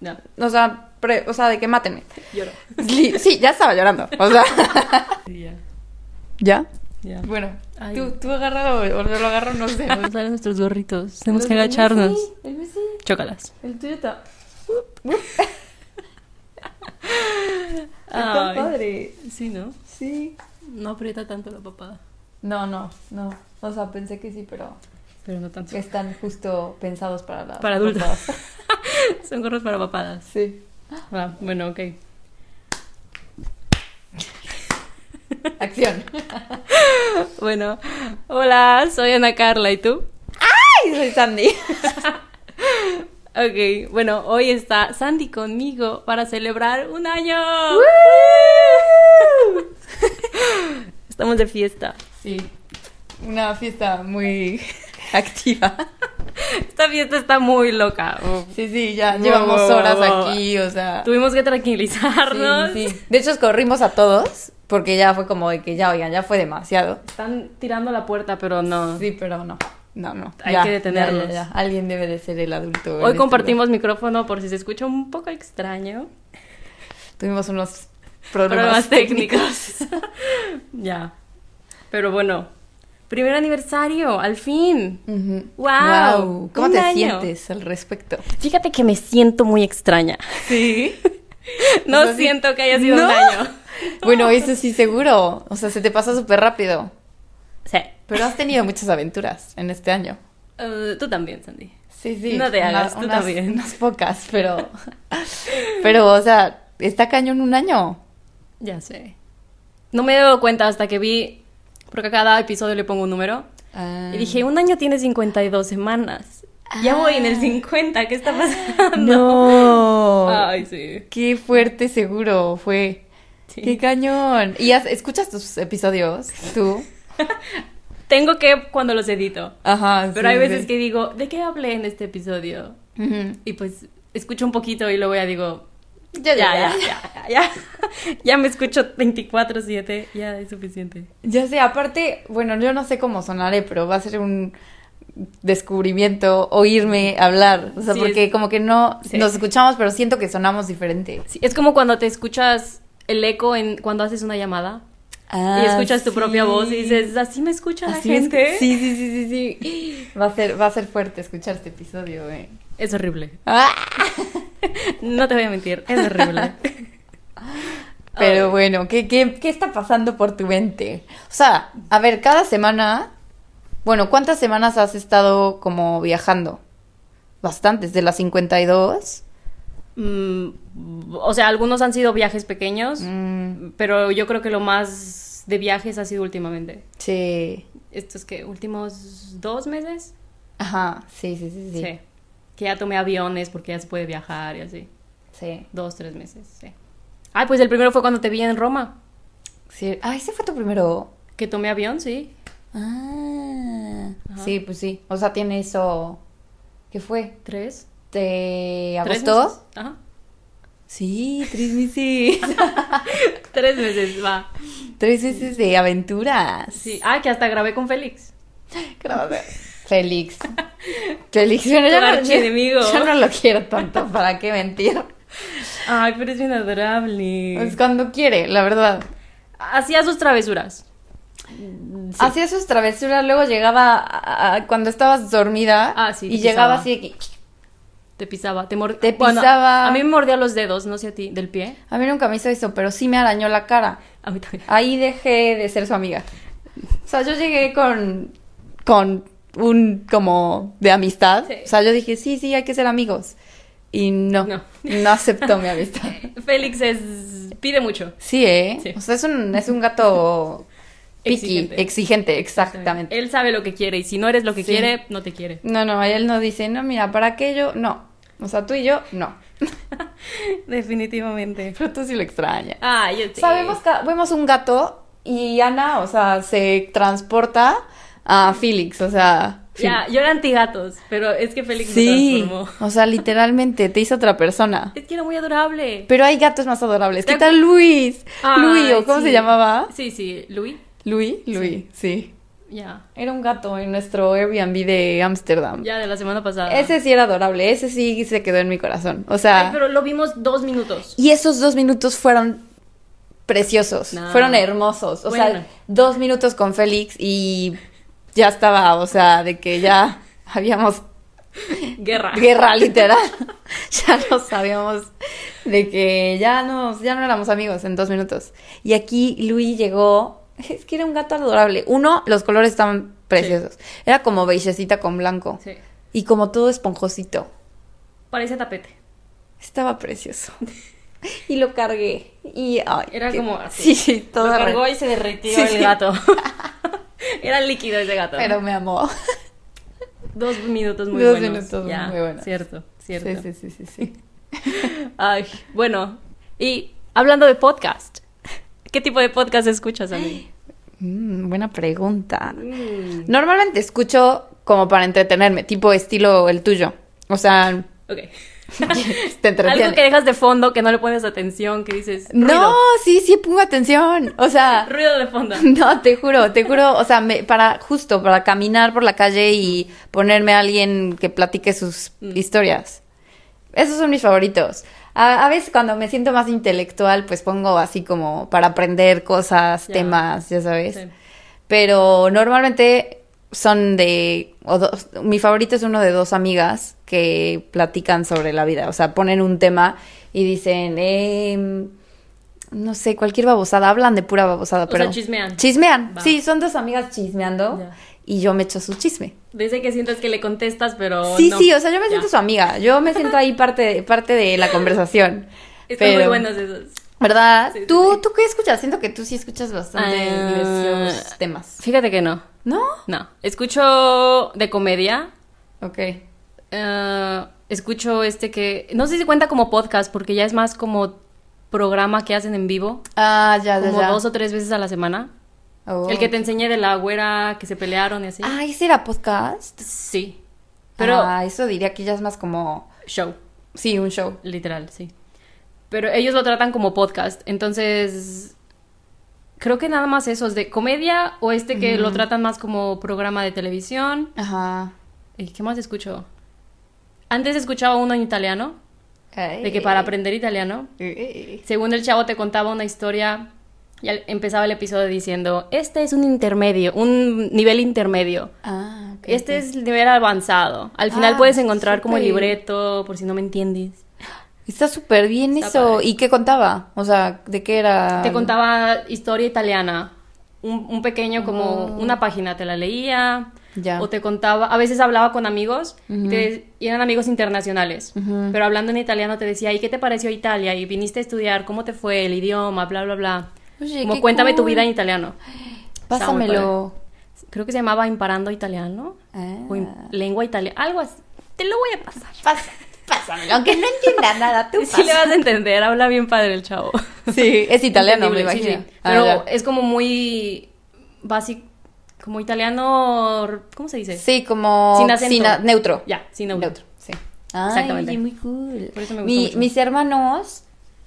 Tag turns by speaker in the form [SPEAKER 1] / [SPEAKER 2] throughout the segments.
[SPEAKER 1] No,
[SPEAKER 2] O sea, pre- o sea, de que mátenme.
[SPEAKER 1] lloro.
[SPEAKER 2] Li- Sí, ya estaba llorando. O sea,
[SPEAKER 1] Sí, ya.
[SPEAKER 2] ¿ya?
[SPEAKER 1] Ya.
[SPEAKER 2] Bueno,
[SPEAKER 1] Ay.
[SPEAKER 2] tú, tú agárralo o yo lo agarro, no sé.
[SPEAKER 1] Vamos a ver nuestros gorritos. Tenemos que agacharnos.
[SPEAKER 2] El mío sí,
[SPEAKER 1] Chócalas.
[SPEAKER 2] el tuyo está.
[SPEAKER 1] Ay.
[SPEAKER 2] padre.
[SPEAKER 1] Sí, ¿no?
[SPEAKER 2] Sí.
[SPEAKER 1] No aprieta tanto la papada.
[SPEAKER 2] No, no, no. O sea, pensé que sí, pero
[SPEAKER 1] Pero no tanto.
[SPEAKER 2] están justo pensados para la.
[SPEAKER 1] Para adultas. Son gorros para papadas.
[SPEAKER 2] Sí.
[SPEAKER 1] Ah, bueno, ok.
[SPEAKER 2] Acción.
[SPEAKER 1] Bueno, hola, soy Ana Carla, ¿y tú?
[SPEAKER 2] Ay, soy Sandy.
[SPEAKER 1] Ok, bueno, hoy está Sandy conmigo para celebrar un año. Estamos de fiesta.
[SPEAKER 2] Sí. Una fiesta muy activa.
[SPEAKER 1] Esta fiesta está muy loca. Oh.
[SPEAKER 2] Sí, sí, ya
[SPEAKER 1] Wow.
[SPEAKER 2] llevamos horas aquí, o sea.
[SPEAKER 1] Tuvimos que tranquilizarnos.
[SPEAKER 2] Sí, sí. De hecho, corrimos a todos porque ya fue como de que ya, oigan, ya fue demasiado.
[SPEAKER 1] Están tirando la puerta, pero no.
[SPEAKER 2] Sí, pero no. No, no.
[SPEAKER 1] Hay que detenerlos.
[SPEAKER 2] ya, ya. Alguien debe de ser el adulto. en
[SPEAKER 1] Hoy
[SPEAKER 2] este
[SPEAKER 1] compartimos micrófono por si se escucha un poco extraño.
[SPEAKER 2] lugar. Tuvimos unos
[SPEAKER 1] Problemas
[SPEAKER 2] problemas,
[SPEAKER 1] técnicos. ya. Pero bueno, primer aniversario, al fin.
[SPEAKER 2] Ujú.
[SPEAKER 1] Guau,
[SPEAKER 2] Guau. ¿Cómo
[SPEAKER 1] un
[SPEAKER 2] te
[SPEAKER 1] año.
[SPEAKER 2] sientes al respecto?
[SPEAKER 1] Fíjate que me siento muy extraña.
[SPEAKER 2] Sí.
[SPEAKER 1] No
[SPEAKER 2] Eso sí.
[SPEAKER 1] siento que haya sido
[SPEAKER 2] No.
[SPEAKER 1] un año.
[SPEAKER 2] Bueno, eso sí, seguro. O sea, se te pasa súper rápido.
[SPEAKER 1] Sí.
[SPEAKER 2] Pero has tenido muchas aventuras en este año.
[SPEAKER 1] Eh, tú también, Sandy.
[SPEAKER 2] Sí, sí.
[SPEAKER 1] No te hagas, tú
[SPEAKER 2] unas,
[SPEAKER 1] también.
[SPEAKER 2] Unas pocas, pero. Pero, o sea, está cañón un año.
[SPEAKER 1] Ya sé. No me he dado cuenta hasta que vi, porque a cada episodio le pongo un número.
[SPEAKER 2] Ah.
[SPEAKER 1] Y dije, un año tiene 52 semanas. Ya voy en el 50, ¿qué está pasando?
[SPEAKER 2] ¡No!
[SPEAKER 1] Ay, sí.
[SPEAKER 2] ¡Qué fuerte seguro fue!
[SPEAKER 1] Sí.
[SPEAKER 2] ¡Qué cañón! ¿Y has- escuchas tus episodios tú?
[SPEAKER 1] Tengo que cuando los edito.
[SPEAKER 2] Ajá.
[SPEAKER 1] Pero hay veces que digo, ¿de qué hablé en este episodio?
[SPEAKER 2] que.
[SPEAKER 1] Y pues escucho un poquito y luego ya digo,
[SPEAKER 2] Ya,
[SPEAKER 1] ya,
[SPEAKER 2] ya,
[SPEAKER 1] ya, ya, ya, ya, Ya me escucho 24/7, ya es suficiente.
[SPEAKER 2] Ya sé, aparte, bueno, yo no sé cómo sonaré, pero va a ser un descubrimiento oírme hablar. O sea,
[SPEAKER 1] Sí,
[SPEAKER 2] porque
[SPEAKER 1] es-
[SPEAKER 2] como que no
[SPEAKER 1] sí.
[SPEAKER 2] nos escuchamos, pero siento que sonamos diferente.
[SPEAKER 1] Sí, es como cuando te escuchas el eco en cuando haces una llamada y escuchas tu propia voz y dices, Ah, así me escucha la
[SPEAKER 2] Ah, Así es-
[SPEAKER 1] gente.
[SPEAKER 2] Sí, sí, sí, sí, sí. Va a ser, va a ser fuerte escuchar este episodio, eh.
[SPEAKER 1] Es horrible.
[SPEAKER 2] ¡Ah!
[SPEAKER 1] No te voy a mentir, es horrible.
[SPEAKER 2] Pero
[SPEAKER 1] Ay.
[SPEAKER 2] bueno, ¿qué, qué, qué está pasando por tu mente? O sea, a ver, cada semana, bueno, ¿cuántas semanas has estado como viajando? Bastantes, de las 52.
[SPEAKER 1] Mm, o sea, algunos han sido viajes pequeños,
[SPEAKER 2] Mm,
[SPEAKER 1] pero yo creo que lo más de viajes ha sido últimamente.
[SPEAKER 2] sí.
[SPEAKER 1] Estos que últimos dos meses.
[SPEAKER 2] Ajá, sí, sí, sí, sí.
[SPEAKER 1] Sí. Que ya tomé aviones porque ya se puede viajar y así.
[SPEAKER 2] Sí.
[SPEAKER 1] Dos, tres meses, sí. Ay, pues el primero fue cuando te vi en Roma.
[SPEAKER 2] Sí. Ah, ese fue tu primero.
[SPEAKER 1] Que tomé avión, sí.
[SPEAKER 2] Ah.
[SPEAKER 1] Ajá.
[SPEAKER 2] Sí, pues sí. O sea, tiene eso. ¿Qué fue?
[SPEAKER 1] ¿Tres?
[SPEAKER 2] ¿De
[SPEAKER 1] ¿Tres
[SPEAKER 2] agosto?
[SPEAKER 1] meses? Ajá.
[SPEAKER 2] Sí, tres meses.
[SPEAKER 1] Tres meses, va.
[SPEAKER 2] tres meses de aventuras.
[SPEAKER 1] Sí. Ah, que hasta grabé con Félix.
[SPEAKER 2] Claro. Félix. Félix, bueno, yo
[SPEAKER 1] Tu
[SPEAKER 2] no,
[SPEAKER 1] archienemigo.
[SPEAKER 2] yo no lo quiero tanto, ¿para qué mentir?
[SPEAKER 1] Ay, pero es bien adorable.
[SPEAKER 2] Es cuando quiere, la verdad.
[SPEAKER 1] Hacía sus travesuras.
[SPEAKER 2] Hacía sus travesuras, luego llegaba a- a- cuando estabas dormida
[SPEAKER 1] Ah, sí,
[SPEAKER 2] y
[SPEAKER 1] pisaba.
[SPEAKER 2] llegaba así de que,
[SPEAKER 1] Te pisaba, te mordía.
[SPEAKER 2] Te pisaba.
[SPEAKER 1] a mí me mordía los dedos, no sé a ti, del pie.
[SPEAKER 2] A mí nunca me hizo eso, pero sí me arañó la cara.
[SPEAKER 1] A mí también.
[SPEAKER 2] Ahí dejé de ser su amiga. O sea, yo llegué con, con un como de amistad.
[SPEAKER 1] Sí.
[SPEAKER 2] O sea, yo dije, sí, sí, hay que ser amigos. Y no,
[SPEAKER 1] No.
[SPEAKER 2] no, aceptó mi amistad.
[SPEAKER 1] Félix es. pide mucho.
[SPEAKER 2] Sí, ¿eh?
[SPEAKER 1] Sí.
[SPEAKER 2] O sea, es un, es un gato piqui,
[SPEAKER 1] Exigente.
[SPEAKER 2] exigente, exactamente.
[SPEAKER 1] Él sabe lo que quiere y si no eres lo que
[SPEAKER 2] Sí.
[SPEAKER 1] quiere, no te quiere.
[SPEAKER 2] No, no, él no dice, no, mira, para aquello, no. O sea, tú y yo, no.
[SPEAKER 1] Definitivamente.
[SPEAKER 2] Pero tú sí lo extrañas.
[SPEAKER 1] Ah, yo sí.
[SPEAKER 2] Sabemos que vemos un gato y Ana, o sea, se transporta a Félix, o sea.
[SPEAKER 1] Ya, yo era antigatos, pero es que Félix me
[SPEAKER 2] Sí,
[SPEAKER 1] transformó.
[SPEAKER 2] o sea, literalmente te hizo otra persona.
[SPEAKER 1] Es que era muy adorable.
[SPEAKER 2] Pero hay gatos más adorables. ¿Qué
[SPEAKER 1] Te-
[SPEAKER 2] tal Luis?
[SPEAKER 1] Ay,
[SPEAKER 2] Luis, ¿o cómo
[SPEAKER 1] sí.
[SPEAKER 2] se llamaba?
[SPEAKER 1] Sí, sí, Luis.
[SPEAKER 2] Luis, Luis, sí.
[SPEAKER 1] Ya.
[SPEAKER 2] Era un gato en nuestro Airbnb de Ámsterdam.
[SPEAKER 1] Ya, de la semana pasada.
[SPEAKER 2] Ese sí era adorable, ese sí se quedó en mi corazón. O sea,
[SPEAKER 1] Ay, pero lo vimos dos minutos.
[SPEAKER 2] y esos dos minutos fueron preciosos,
[SPEAKER 1] No.
[SPEAKER 2] fueron hermosos. O
[SPEAKER 1] Bueno.
[SPEAKER 2] sea, dos minutos con Félix y ya estaba, o sea, de que ya habíamos
[SPEAKER 1] Guerra.
[SPEAKER 2] guerra literal. ya lo sabíamos de que ya no, ya no éramos amigos en dos minutos. Y aquí Luis llegó. Es que era un gato adorable. Uno, los colores estaban preciosos. Era como beigecita con blanco.
[SPEAKER 1] Sí.
[SPEAKER 2] Y como todo esponjosito.
[SPEAKER 1] Parecía tapete.
[SPEAKER 2] Estaba precioso. Y lo cargué. Y ay,
[SPEAKER 1] Era
[SPEAKER 2] qué-
[SPEAKER 1] como así.
[SPEAKER 2] Sí, sí, todo
[SPEAKER 1] Lo cargó
[SPEAKER 2] re-
[SPEAKER 1] y se derritió
[SPEAKER 2] Sí,
[SPEAKER 1] el
[SPEAKER 2] sí.
[SPEAKER 1] gato. Era líquido ese gato.
[SPEAKER 2] Pero me amó.
[SPEAKER 1] Dos minutos muy
[SPEAKER 2] Dos
[SPEAKER 1] buenos.
[SPEAKER 2] minutos
[SPEAKER 1] Ya,
[SPEAKER 2] muy buenos.
[SPEAKER 1] Cierto, cierto.
[SPEAKER 2] Sí, sí, sí, sí, sí.
[SPEAKER 1] Ay, bueno, y hablando de podcast, ¿qué tipo de podcast escuchas, Ani?
[SPEAKER 2] Mm, buena pregunta.
[SPEAKER 1] Mm.
[SPEAKER 2] Normalmente escucho como para entretenerme, tipo estilo el tuyo. O sea,
[SPEAKER 1] Ok.
[SPEAKER 2] te
[SPEAKER 1] Algo
[SPEAKER 2] entretiene.
[SPEAKER 1] que dejas de fondo, que no le pones atención, que dices.
[SPEAKER 2] No,
[SPEAKER 1] ruido,
[SPEAKER 2] sí, sí pongo atención. O sea,
[SPEAKER 1] Ruido de fondo.
[SPEAKER 2] no, te juro, te juro. O sea, me- para justo para caminar por la calle y ponerme a alguien que platique sus
[SPEAKER 1] Mm.
[SPEAKER 2] historias. Esos son mis favoritos. A, a veces cuando me siento más intelectual, pues pongo así como para aprender cosas,
[SPEAKER 1] Ya.
[SPEAKER 2] temas, ya sabes.
[SPEAKER 1] Sí.
[SPEAKER 2] Pero normalmente son de. o dos- mi favorito es uno de dos amigas que platican sobre la vida. O sea, ponen un tema y dicen. em, no sé, cualquier babosada. Hablan de pura babosada,
[SPEAKER 1] O
[SPEAKER 2] pero.
[SPEAKER 1] sea, chismean.
[SPEAKER 2] Chismean.
[SPEAKER 1] Va.
[SPEAKER 2] Sí, son dos amigas chismeando
[SPEAKER 1] Ya.
[SPEAKER 2] y yo me echo su chisme.
[SPEAKER 1] Desde que sientas que le contestas, pero.
[SPEAKER 2] sí,
[SPEAKER 1] Oh, no.
[SPEAKER 2] sí, o sea, yo me
[SPEAKER 1] Ya.
[SPEAKER 2] siento su amiga. Yo me siento ahí parte, parte de la conversación.
[SPEAKER 1] Están muy
[SPEAKER 2] Pero-
[SPEAKER 1] buenos esos.
[SPEAKER 2] ¿Verdad?
[SPEAKER 1] Sí, sí,
[SPEAKER 2] ¿Tú,
[SPEAKER 1] sí.
[SPEAKER 2] ¿Tú qué escuchas? Siento que tú sí escuchas bastante
[SPEAKER 1] Ah.
[SPEAKER 2] diversos temas.
[SPEAKER 1] Fíjate que no.
[SPEAKER 2] ¿No?
[SPEAKER 1] No. Escucho de comedia.
[SPEAKER 2] Ok.
[SPEAKER 1] eh, escucho este que. No sé si cuenta como podcast, porque ya es más como programa que hacen en vivo.
[SPEAKER 2] Ah, ya, ya,
[SPEAKER 1] Como
[SPEAKER 2] ya.
[SPEAKER 1] dos o tres veces a la semana.
[SPEAKER 2] Oh.
[SPEAKER 1] El que te enseñé de la güera que se pelearon y así.
[SPEAKER 2] Ah, ¿ese era podcast?
[SPEAKER 1] Sí. Pero
[SPEAKER 2] Ah, eso diría que ya es más como...
[SPEAKER 1] show,
[SPEAKER 2] Sí, un show.
[SPEAKER 1] literal, sí. Pero ellos lo tratan como podcast, entonces creo que nada más esos de comedia o este que lo tratan más como programa de televisión.
[SPEAKER 2] Ajá.
[SPEAKER 1] ¿Y qué más escucho? Antes escuchaba uno en italiano, de
[SPEAKER 2] De
[SPEAKER 1] que para aprender italiano, según el chavo te contaba una historia y al- empezaba el episodio diciendo, este es un intermedio, un nivel intermedio.
[SPEAKER 2] Ah, ok.
[SPEAKER 1] Este es el nivel avanzado. Al final
[SPEAKER 2] Ah,
[SPEAKER 1] puedes encontrar como el
[SPEAKER 2] súper.
[SPEAKER 1] libreto, por si no me entiendes.
[SPEAKER 2] Está súper bien
[SPEAKER 1] Está
[SPEAKER 2] eso.
[SPEAKER 1] padre.
[SPEAKER 2] ¿Y qué contaba? O sea, ¿de qué era?
[SPEAKER 1] Te contaba historia italiana. Un, un pequeño, como
[SPEAKER 2] Oh.
[SPEAKER 1] una página, te la leía.
[SPEAKER 2] Ya.
[SPEAKER 1] O te contaba, a veces hablaba con amigos y, te- y eran amigos internacionales.
[SPEAKER 2] Ujú.
[SPEAKER 1] Pero hablando en italiano te decía, ¿y qué te pareció Italia? ¿Y viniste a estudiar? ¿Cómo te fue el idioma? Bla, bla, bla.
[SPEAKER 2] Oye,
[SPEAKER 1] como
[SPEAKER 2] qué
[SPEAKER 1] cuéntame tu
[SPEAKER 2] cool.
[SPEAKER 1] vida en italiano. Está muy
[SPEAKER 2] Pásamelo.
[SPEAKER 1] Creo que se llamaba Imparando Italiano.
[SPEAKER 2] Ah.
[SPEAKER 1] O im- Lengua Italiana. Algo así. Te lo voy a pasar.
[SPEAKER 2] Pás- pásamelo. Aunque no entienda nada, tú
[SPEAKER 1] Sí le vas a entender, habla bien padre el chavo.
[SPEAKER 2] pásalo. Sí, es italiano, me
[SPEAKER 1] Entendible, sí,
[SPEAKER 2] imagino.
[SPEAKER 1] sí.
[SPEAKER 2] Ah,
[SPEAKER 1] Pero
[SPEAKER 2] ya.
[SPEAKER 1] es como muy básico, como italiano, ¿cómo se dice?
[SPEAKER 2] Sí, como...
[SPEAKER 1] Sin acento.
[SPEAKER 2] a- neutro.
[SPEAKER 1] Ya, sin neutro.
[SPEAKER 2] sí.
[SPEAKER 1] Exactamente.
[SPEAKER 2] Ay, muy cool.
[SPEAKER 1] Por eso me gusta
[SPEAKER 2] Mi-
[SPEAKER 1] mucho.
[SPEAKER 2] Mis hermanos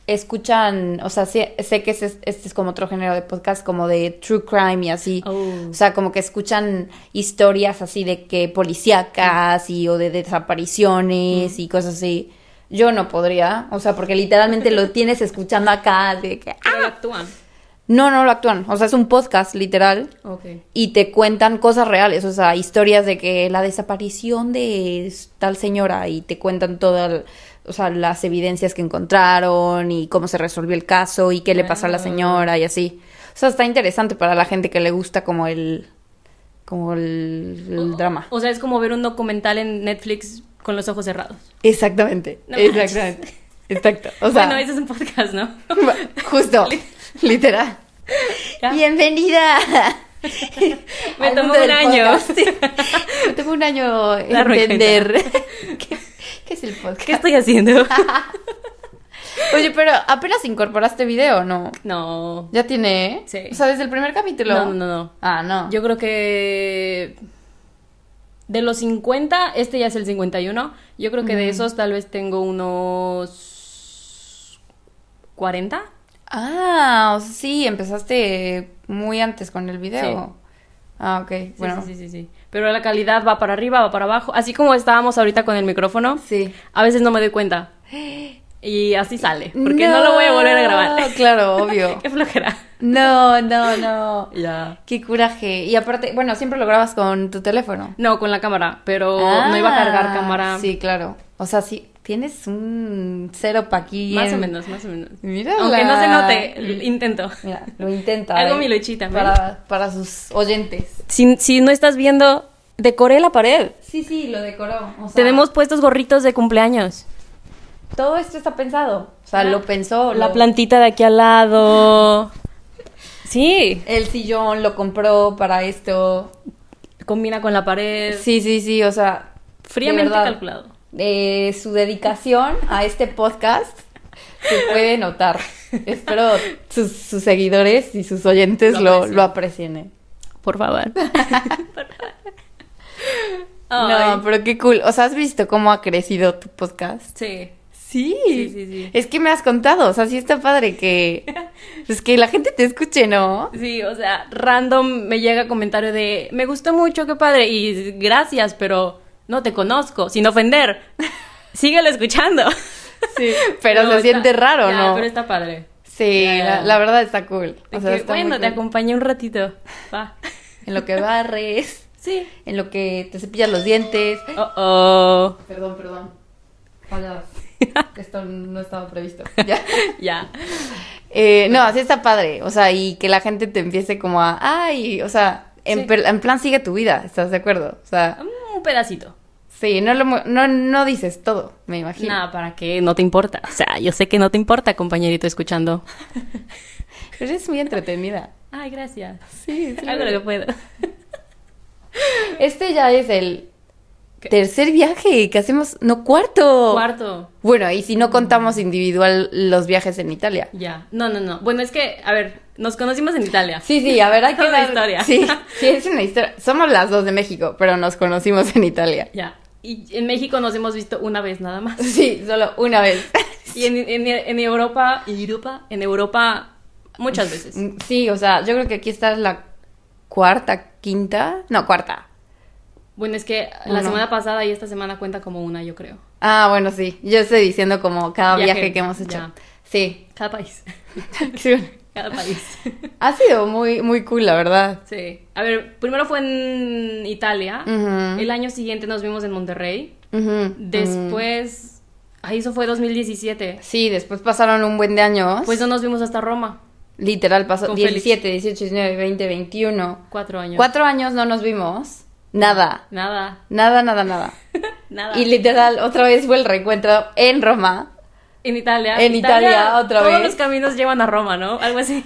[SPEAKER 2] escuchan, o sea, sé, sé que ese- este es como otro género de podcast, como de true crime y así.
[SPEAKER 1] Oh.
[SPEAKER 2] O sea, como que escuchan historias así de que policíacas y o de desapariciones
[SPEAKER 1] Mm.
[SPEAKER 2] y cosas así. Yo no podría, o sea, porque literalmente lo tienes escuchando acá de que... ah.
[SPEAKER 1] Pero lo actúan.
[SPEAKER 2] No, no lo actúan, o sea, es un podcast literal
[SPEAKER 1] Ok.
[SPEAKER 2] y te cuentan cosas reales, o sea, historias de que la desaparición de tal señora y te cuentan todas, o sea, las evidencias que encontraron y cómo se resolvió el caso y qué le pasó a la
[SPEAKER 1] Ah.
[SPEAKER 2] señora y así. O sea, está interesante para la gente que le gusta como el como el,
[SPEAKER 1] Oh.
[SPEAKER 2] el drama.
[SPEAKER 1] O sea, es como ver un documental en Netflix con los ojos cerrados.
[SPEAKER 2] Exactamente,
[SPEAKER 1] No
[SPEAKER 2] exactamente. Exacto. O sea,
[SPEAKER 1] bueno, ese es un podcast, ¿no?
[SPEAKER 2] justo, literal.
[SPEAKER 1] Ya.
[SPEAKER 2] Bienvenida.
[SPEAKER 1] Me
[SPEAKER 2] Al
[SPEAKER 1] tomó
[SPEAKER 2] mundo
[SPEAKER 1] un
[SPEAKER 2] del
[SPEAKER 1] año.
[SPEAKER 2] podcast. Me tomó un año
[SPEAKER 1] Darme
[SPEAKER 2] entender qué, qué es el
[SPEAKER 1] ¿Qué
[SPEAKER 2] podcast.
[SPEAKER 1] estoy haciendo?
[SPEAKER 2] Oye, pero apenas incorporaste video, ¿no?
[SPEAKER 1] no.
[SPEAKER 2] Ya tiene.
[SPEAKER 1] Sí.
[SPEAKER 2] O sea, desde el primer capítulo.
[SPEAKER 1] No, no, no, no.
[SPEAKER 2] Ah, no.
[SPEAKER 1] Yo creo que de los 50, este ya es el 51. Yo creo que de esos tal vez tengo unos 40.
[SPEAKER 2] Ah, o sea, sí, empezaste muy antes con el video. Ah, ok.
[SPEAKER 1] Sí,
[SPEAKER 2] Bueno.
[SPEAKER 1] sí, sí, sí, sí. Pero la calidad va para arriba, va para abajo. Así como estábamos ahorita con el micrófono,
[SPEAKER 2] Sí.
[SPEAKER 1] a veces no me doy cuenta. Y así sale, porque no, lo voy a volver a grabar.
[SPEAKER 2] Claro, obvio.
[SPEAKER 1] Qué flojera.
[SPEAKER 2] No, no, no.
[SPEAKER 1] Ya.
[SPEAKER 2] Qué coraje. Y aparte, bueno, siempre lo grabas con tu teléfono.
[SPEAKER 1] No, con la cámara, pero no iba a cargar
[SPEAKER 2] Ah,
[SPEAKER 1] cámara.
[SPEAKER 2] Sí, claro. O sea, sí, tienes un cero pa' aquí.
[SPEAKER 1] Más
[SPEAKER 2] en-
[SPEAKER 1] o menos, más o menos.
[SPEAKER 2] Mírala.
[SPEAKER 1] Aunque no se note, l- intento.
[SPEAKER 2] Mira, lo intenta.
[SPEAKER 1] Hago
[SPEAKER 2] ¿eh?
[SPEAKER 1] mi luchita, ¿ven?
[SPEAKER 2] Para, para sus oyentes.
[SPEAKER 1] Si, si no estás viendo, decoré la pared.
[SPEAKER 2] Sí, sí, lo decoró. O sea,
[SPEAKER 1] Tenemos puestos gorritos de cumpleaños.
[SPEAKER 2] Todo esto está pensado. O sea,
[SPEAKER 1] Ah,
[SPEAKER 2] lo pensó.
[SPEAKER 1] La
[SPEAKER 2] lo-
[SPEAKER 1] plantita de aquí al lado. Sí.
[SPEAKER 2] El sillón lo compró para esto.
[SPEAKER 1] Combina con la pared.
[SPEAKER 2] Sí, sí, sí, o sea.
[SPEAKER 1] Fríamente
[SPEAKER 2] de verdad,
[SPEAKER 1] calculado.
[SPEAKER 2] eh, su dedicación a este podcast se puede notar. Espero sus, sus seguidores y sus oyentes
[SPEAKER 1] Lo
[SPEAKER 2] lo,
[SPEAKER 1] aprecien.
[SPEAKER 2] lo aprecien. eh.
[SPEAKER 1] Por favor. Ah, Ay.
[SPEAKER 2] No, pero qué cool. O sea, ¿has visto cómo ha crecido tu podcast?
[SPEAKER 1] Sí.
[SPEAKER 2] Sí.
[SPEAKER 1] Sí, sí, sí.
[SPEAKER 2] Es que me has contado. O sea, sí está padre que. Pues que la gente te escuche, ¿no?
[SPEAKER 1] Sí, o sea, random me llega comentario de, me gustó mucho, qué padre, y gracias, pero no te conozco, sin ofender. Síguelo escuchando.
[SPEAKER 2] Sí. Pero
[SPEAKER 1] No,
[SPEAKER 2] se
[SPEAKER 1] está-
[SPEAKER 2] siente raro,
[SPEAKER 1] ya,
[SPEAKER 2] ¿no?
[SPEAKER 1] Pero está padre.
[SPEAKER 2] Sí,
[SPEAKER 1] Ya, ya.
[SPEAKER 2] La, la verdad está cool.
[SPEAKER 1] De
[SPEAKER 2] O sea,
[SPEAKER 1] que,
[SPEAKER 2] está muy
[SPEAKER 1] bueno, te
[SPEAKER 2] cool.
[SPEAKER 1] acompañé un ratito. Va.
[SPEAKER 2] En lo que barres,
[SPEAKER 1] Sí.
[SPEAKER 2] en lo que te cepillas los dientes.
[SPEAKER 1] Oh, oh.
[SPEAKER 2] Perdón, perdón. Falladas. Esto no estaba previsto. Ya.
[SPEAKER 1] Ya.
[SPEAKER 2] Eh, no, así está padre. O sea, y que la gente te empiece como a. Ay, o sea, en,
[SPEAKER 1] Sí.
[SPEAKER 2] per- en plan sigue tu vida, ¿estás de acuerdo? O sea,
[SPEAKER 1] Un pedacito.
[SPEAKER 2] sí, no, lo, mu- no, no dices todo, me imagino.
[SPEAKER 1] Nada, ¿para qué? No te importa. O sea, yo sé que no te importa, compañerito, escuchando.
[SPEAKER 2] Pero eres muy entretenida.
[SPEAKER 1] Ay, gracias.
[SPEAKER 2] Sí,
[SPEAKER 1] Hago lo que puedo.
[SPEAKER 2] Este ya es el
[SPEAKER 1] ¿Qué?
[SPEAKER 2] tercer viaje que hacemos. No, cuarto. Mm.
[SPEAKER 1] Cuarto.
[SPEAKER 2] Bueno, y si no contamos individual los viajes en Italia.
[SPEAKER 1] Ya. No, no, no. Bueno, es que, a ver, nos conocimos en Italia.
[SPEAKER 2] Sí, sí, a ver, hay que
[SPEAKER 1] Es una
[SPEAKER 2] dar-
[SPEAKER 1] historia.
[SPEAKER 2] Sí, sí, es una historia. Somos las dos de México, pero nos conocimos en Italia.
[SPEAKER 1] Ya. Y en México nos hemos visto una vez nada más.
[SPEAKER 2] Sí, solo una vez.
[SPEAKER 1] Y en, en- en Europa, Europa, en Europa muchas veces.
[SPEAKER 2] Sí, o sea, yo creo que aquí está la cuarta, quinta. No, cuarta.
[SPEAKER 1] Bueno, es que la
[SPEAKER 2] Uno.
[SPEAKER 1] semana pasada y esta semana cuenta como una, yo creo.
[SPEAKER 2] Ah, bueno, sí. Yo estoy diciendo como cada
[SPEAKER 1] Viaje,
[SPEAKER 2] viaje, que hemos hecho.
[SPEAKER 1] ya.
[SPEAKER 2] Sí.
[SPEAKER 1] Cada país.
[SPEAKER 2] Sí.
[SPEAKER 1] Cada país.
[SPEAKER 2] Ha sido muy, muy cool, la verdad.
[SPEAKER 1] Sí. A ver, primero fue en Italia.
[SPEAKER 2] Ujú.
[SPEAKER 1] El año siguiente nos vimos en Monterrey.
[SPEAKER 2] Ujú. mm.
[SPEAKER 1] Después. Ahí eso fue 2017.
[SPEAKER 2] Sí, después pasaron un buen de años.
[SPEAKER 1] Pues no nos vimos hasta Roma.
[SPEAKER 2] Literal, pasó
[SPEAKER 1] Con Félix.
[SPEAKER 2] 17, 18, 19, 20, 21.
[SPEAKER 1] Cuatro años.
[SPEAKER 2] Cuatro años no nos vimos. Nada.
[SPEAKER 1] Nada.
[SPEAKER 2] Nada, nada, nada.
[SPEAKER 1] Nada.
[SPEAKER 2] Y literal, otra vez fue el reencuentro en Roma.
[SPEAKER 1] En Italia.
[SPEAKER 2] En Italia, otra
[SPEAKER 1] todos
[SPEAKER 2] vez.
[SPEAKER 1] los caminos llevan a Roma, ¿no? Algo así.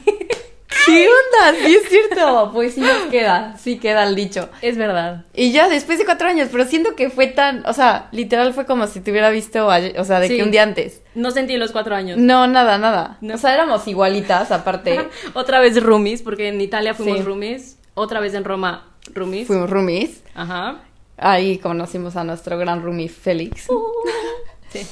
[SPEAKER 2] ¿Qué onda? Sí, es cierto. Pues sí nos queda, sí queda el dicho.
[SPEAKER 1] es verdad.
[SPEAKER 2] Y ya después de cuatro años, pero siento que fue tan, o sea, literal fue como si te hubiera visto, ayer- o sea, de
[SPEAKER 1] Sí.
[SPEAKER 2] que un día antes.
[SPEAKER 1] No sentí los cuatro años.
[SPEAKER 2] No, nada, nada.
[SPEAKER 1] No.
[SPEAKER 2] O sea, éramos igualitas, aparte.
[SPEAKER 1] Otra vez roomies, porque en Italia fuimos
[SPEAKER 2] Sí.
[SPEAKER 1] roomies. Otra vez en Roma, roomies.
[SPEAKER 2] Fuimos roomies.
[SPEAKER 1] Ajá.
[SPEAKER 2] Ahí conocimos a nuestro gran roomie Félix.
[SPEAKER 1] Sí.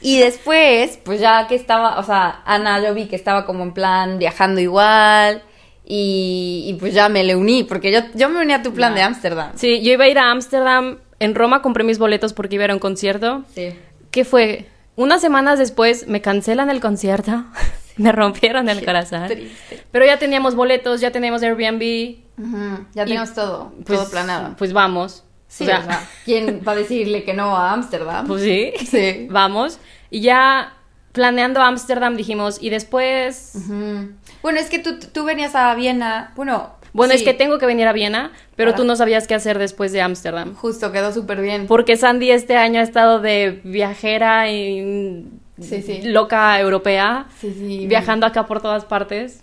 [SPEAKER 2] Y después, pues ya que estaba, o sea, Ana yo vi que estaba como en plan viajando igual y, y pues ya me le uní, porque yo, yo me uní a tu plan
[SPEAKER 1] Ya.
[SPEAKER 2] de Ámsterdam.
[SPEAKER 1] Sí, yo iba a ir a Ámsterdam. En Roma compré mis boletos porque iba a ir a un concierto.
[SPEAKER 2] Sí.
[SPEAKER 1] ¿Qué fue? Unas semanas después me cancelan el concierto. me rompieron el
[SPEAKER 2] Qué
[SPEAKER 1] corazón.
[SPEAKER 2] triste.
[SPEAKER 1] Pero ya teníamos boletos, ya teníamos Airbnb.
[SPEAKER 2] Ujú, Ya
[SPEAKER 1] Y,
[SPEAKER 2] teníamos todo,
[SPEAKER 1] Pues,
[SPEAKER 2] todo planeado.
[SPEAKER 1] Pues vamos.
[SPEAKER 2] sí,
[SPEAKER 1] O sea,
[SPEAKER 2] ¿quién va a decirle que no a Ámsterdam?
[SPEAKER 1] pues sí.
[SPEAKER 2] Sí.
[SPEAKER 1] Vamos. Y ya planeando Ámsterdam dijimos, y después...
[SPEAKER 2] Ujú. Bueno, es que tú, tú venías a Viena, bueno...
[SPEAKER 1] Bueno,
[SPEAKER 2] sí,
[SPEAKER 1] es que tengo que venir a Viena, pero
[SPEAKER 2] Para.
[SPEAKER 1] tú no sabías qué hacer después de Ámsterdam.
[SPEAKER 2] Justo, quedó súper bien.
[SPEAKER 1] Porque Sandy este año ha estado de viajera y
[SPEAKER 2] Sí, sí.
[SPEAKER 1] loca europea,
[SPEAKER 2] Sí, sí.
[SPEAKER 1] viajando acá por todas partes.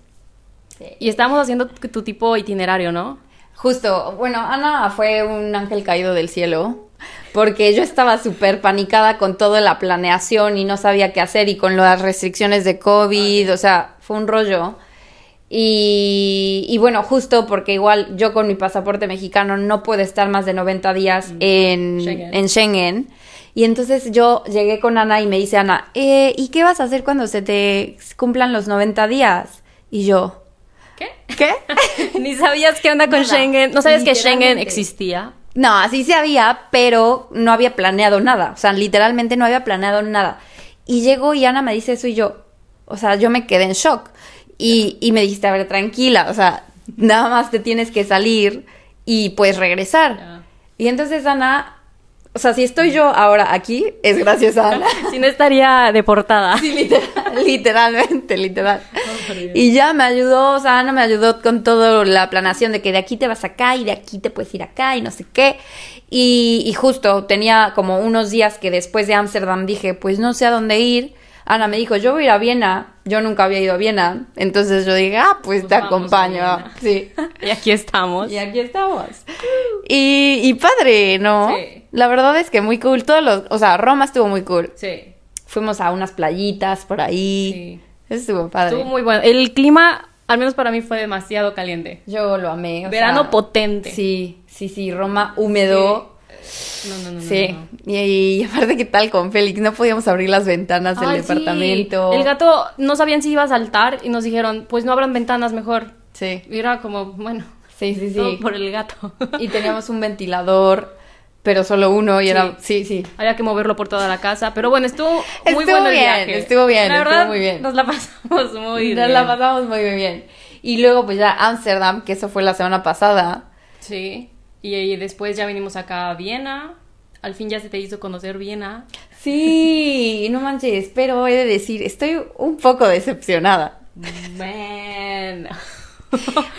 [SPEAKER 2] Sí.
[SPEAKER 1] Y estábamos haciendo tu tu tipo itinerario, ¿no?
[SPEAKER 2] Justo, bueno, Ana fue un ángel caído del cielo porque yo estaba súper panicada con toda la planeación y no sabía qué hacer y con las restricciones de COVID, o sea, fue un rollo. Y, y bueno, justo porque igual yo con mi pasaporte mexicano no puedo estar más de 90 días en
[SPEAKER 1] Schengen.
[SPEAKER 2] en Schengen. Y entonces yo llegué con Ana y me dice Ana, "Eh, ¿y qué vas a hacer cuando se te cumplan los 90 días? Y yo,
[SPEAKER 1] ¿Qué?
[SPEAKER 2] ¿Qué?
[SPEAKER 1] Ni sabías qué onda con
[SPEAKER 2] Nada.
[SPEAKER 1] Schengen. No sabías que Schengen
[SPEAKER 2] Literalmente.
[SPEAKER 1] existía.
[SPEAKER 2] No, así se había, pero no había planeado nada. O sea, literalmente no había planeado nada. Y llegó y Ana me dice eso y yo, o sea, yo me quedé en shock. Y, y me dijiste, a ver, tranquila, o sea, nada más te tienes que salir y pues regresar.
[SPEAKER 1] Ya.
[SPEAKER 2] Y entonces Ana, o sea, si estoy yo ahora aquí, es gracias a Ana.
[SPEAKER 1] Si no estaría deportada.
[SPEAKER 2] Sí, literal- literalmente, literal. Y ya me ayudó, o sea, Ana me ayudó con toda la planación de que de aquí te vas acá y de aquí te puedes ir acá y no sé qué. Y, y justo tenía como unos días que después de Ámsterdam dije, pues no sé a dónde ir. Ana me dijo, yo voy a ir a Viena. Yo nunca había ido a Viena. Entonces yo dije, ah, pues,
[SPEAKER 1] Pues
[SPEAKER 2] te
[SPEAKER 1] vamos a
[SPEAKER 2] acompaño.
[SPEAKER 1] Viena.
[SPEAKER 2] Sí.
[SPEAKER 1] Y aquí estamos.
[SPEAKER 2] Y aquí estamos. Y, y padre, ¿no?
[SPEAKER 1] Sí.
[SPEAKER 2] La verdad es que muy cool. Todos los, o sea, Roma estuvo muy cool.
[SPEAKER 1] Sí.
[SPEAKER 2] Fuimos a unas playitas por ahí. Estuvo padre.
[SPEAKER 1] Estuvo muy bueno. El clima, al menos para mí, fue demasiado caliente.
[SPEAKER 2] Yo lo amé. o
[SPEAKER 1] Verano
[SPEAKER 2] sea,
[SPEAKER 1] potente.
[SPEAKER 2] Sí, sí, sí. Roma húmedo.
[SPEAKER 1] No, no, no. no,
[SPEAKER 2] Sí.
[SPEAKER 1] no, no.
[SPEAKER 2] Y, y aparte, ¿qué tal con Félix? No podíamos abrir las ventanas del
[SPEAKER 1] Ay, sí.
[SPEAKER 2] departamento.
[SPEAKER 1] El gato no sabían si iba a saltar y nos dijeron, pues no abran ventanas mejor.
[SPEAKER 2] Sí,
[SPEAKER 1] Y era como, bueno,
[SPEAKER 2] sí, sí.
[SPEAKER 1] todo
[SPEAKER 2] sí.
[SPEAKER 1] por el gato.
[SPEAKER 2] Y teníamos un ventilador, pero solo uno. Y era. Sí, sí.
[SPEAKER 1] Había que moverlo por toda la casa, pero bueno, estuvo muy
[SPEAKER 2] Estuvo
[SPEAKER 1] bueno el
[SPEAKER 2] bien,
[SPEAKER 1] viaje.
[SPEAKER 2] estuvo bien,
[SPEAKER 1] la
[SPEAKER 2] estuvo
[SPEAKER 1] verdad,
[SPEAKER 2] muy bien.
[SPEAKER 1] Nos la pasamos muy
[SPEAKER 2] Nos
[SPEAKER 1] bien.
[SPEAKER 2] la pasamos muy bien. Y luego, pues ya Ámsterdam, que eso fue la semana pasada.
[SPEAKER 1] Sí. Y, y después ya vinimos acá a Viena. Al fin ya se te hizo conocer Viena.
[SPEAKER 2] Sí, no manches, pero he de decir, estoy un poco decepcionada.
[SPEAKER 1] Bueno.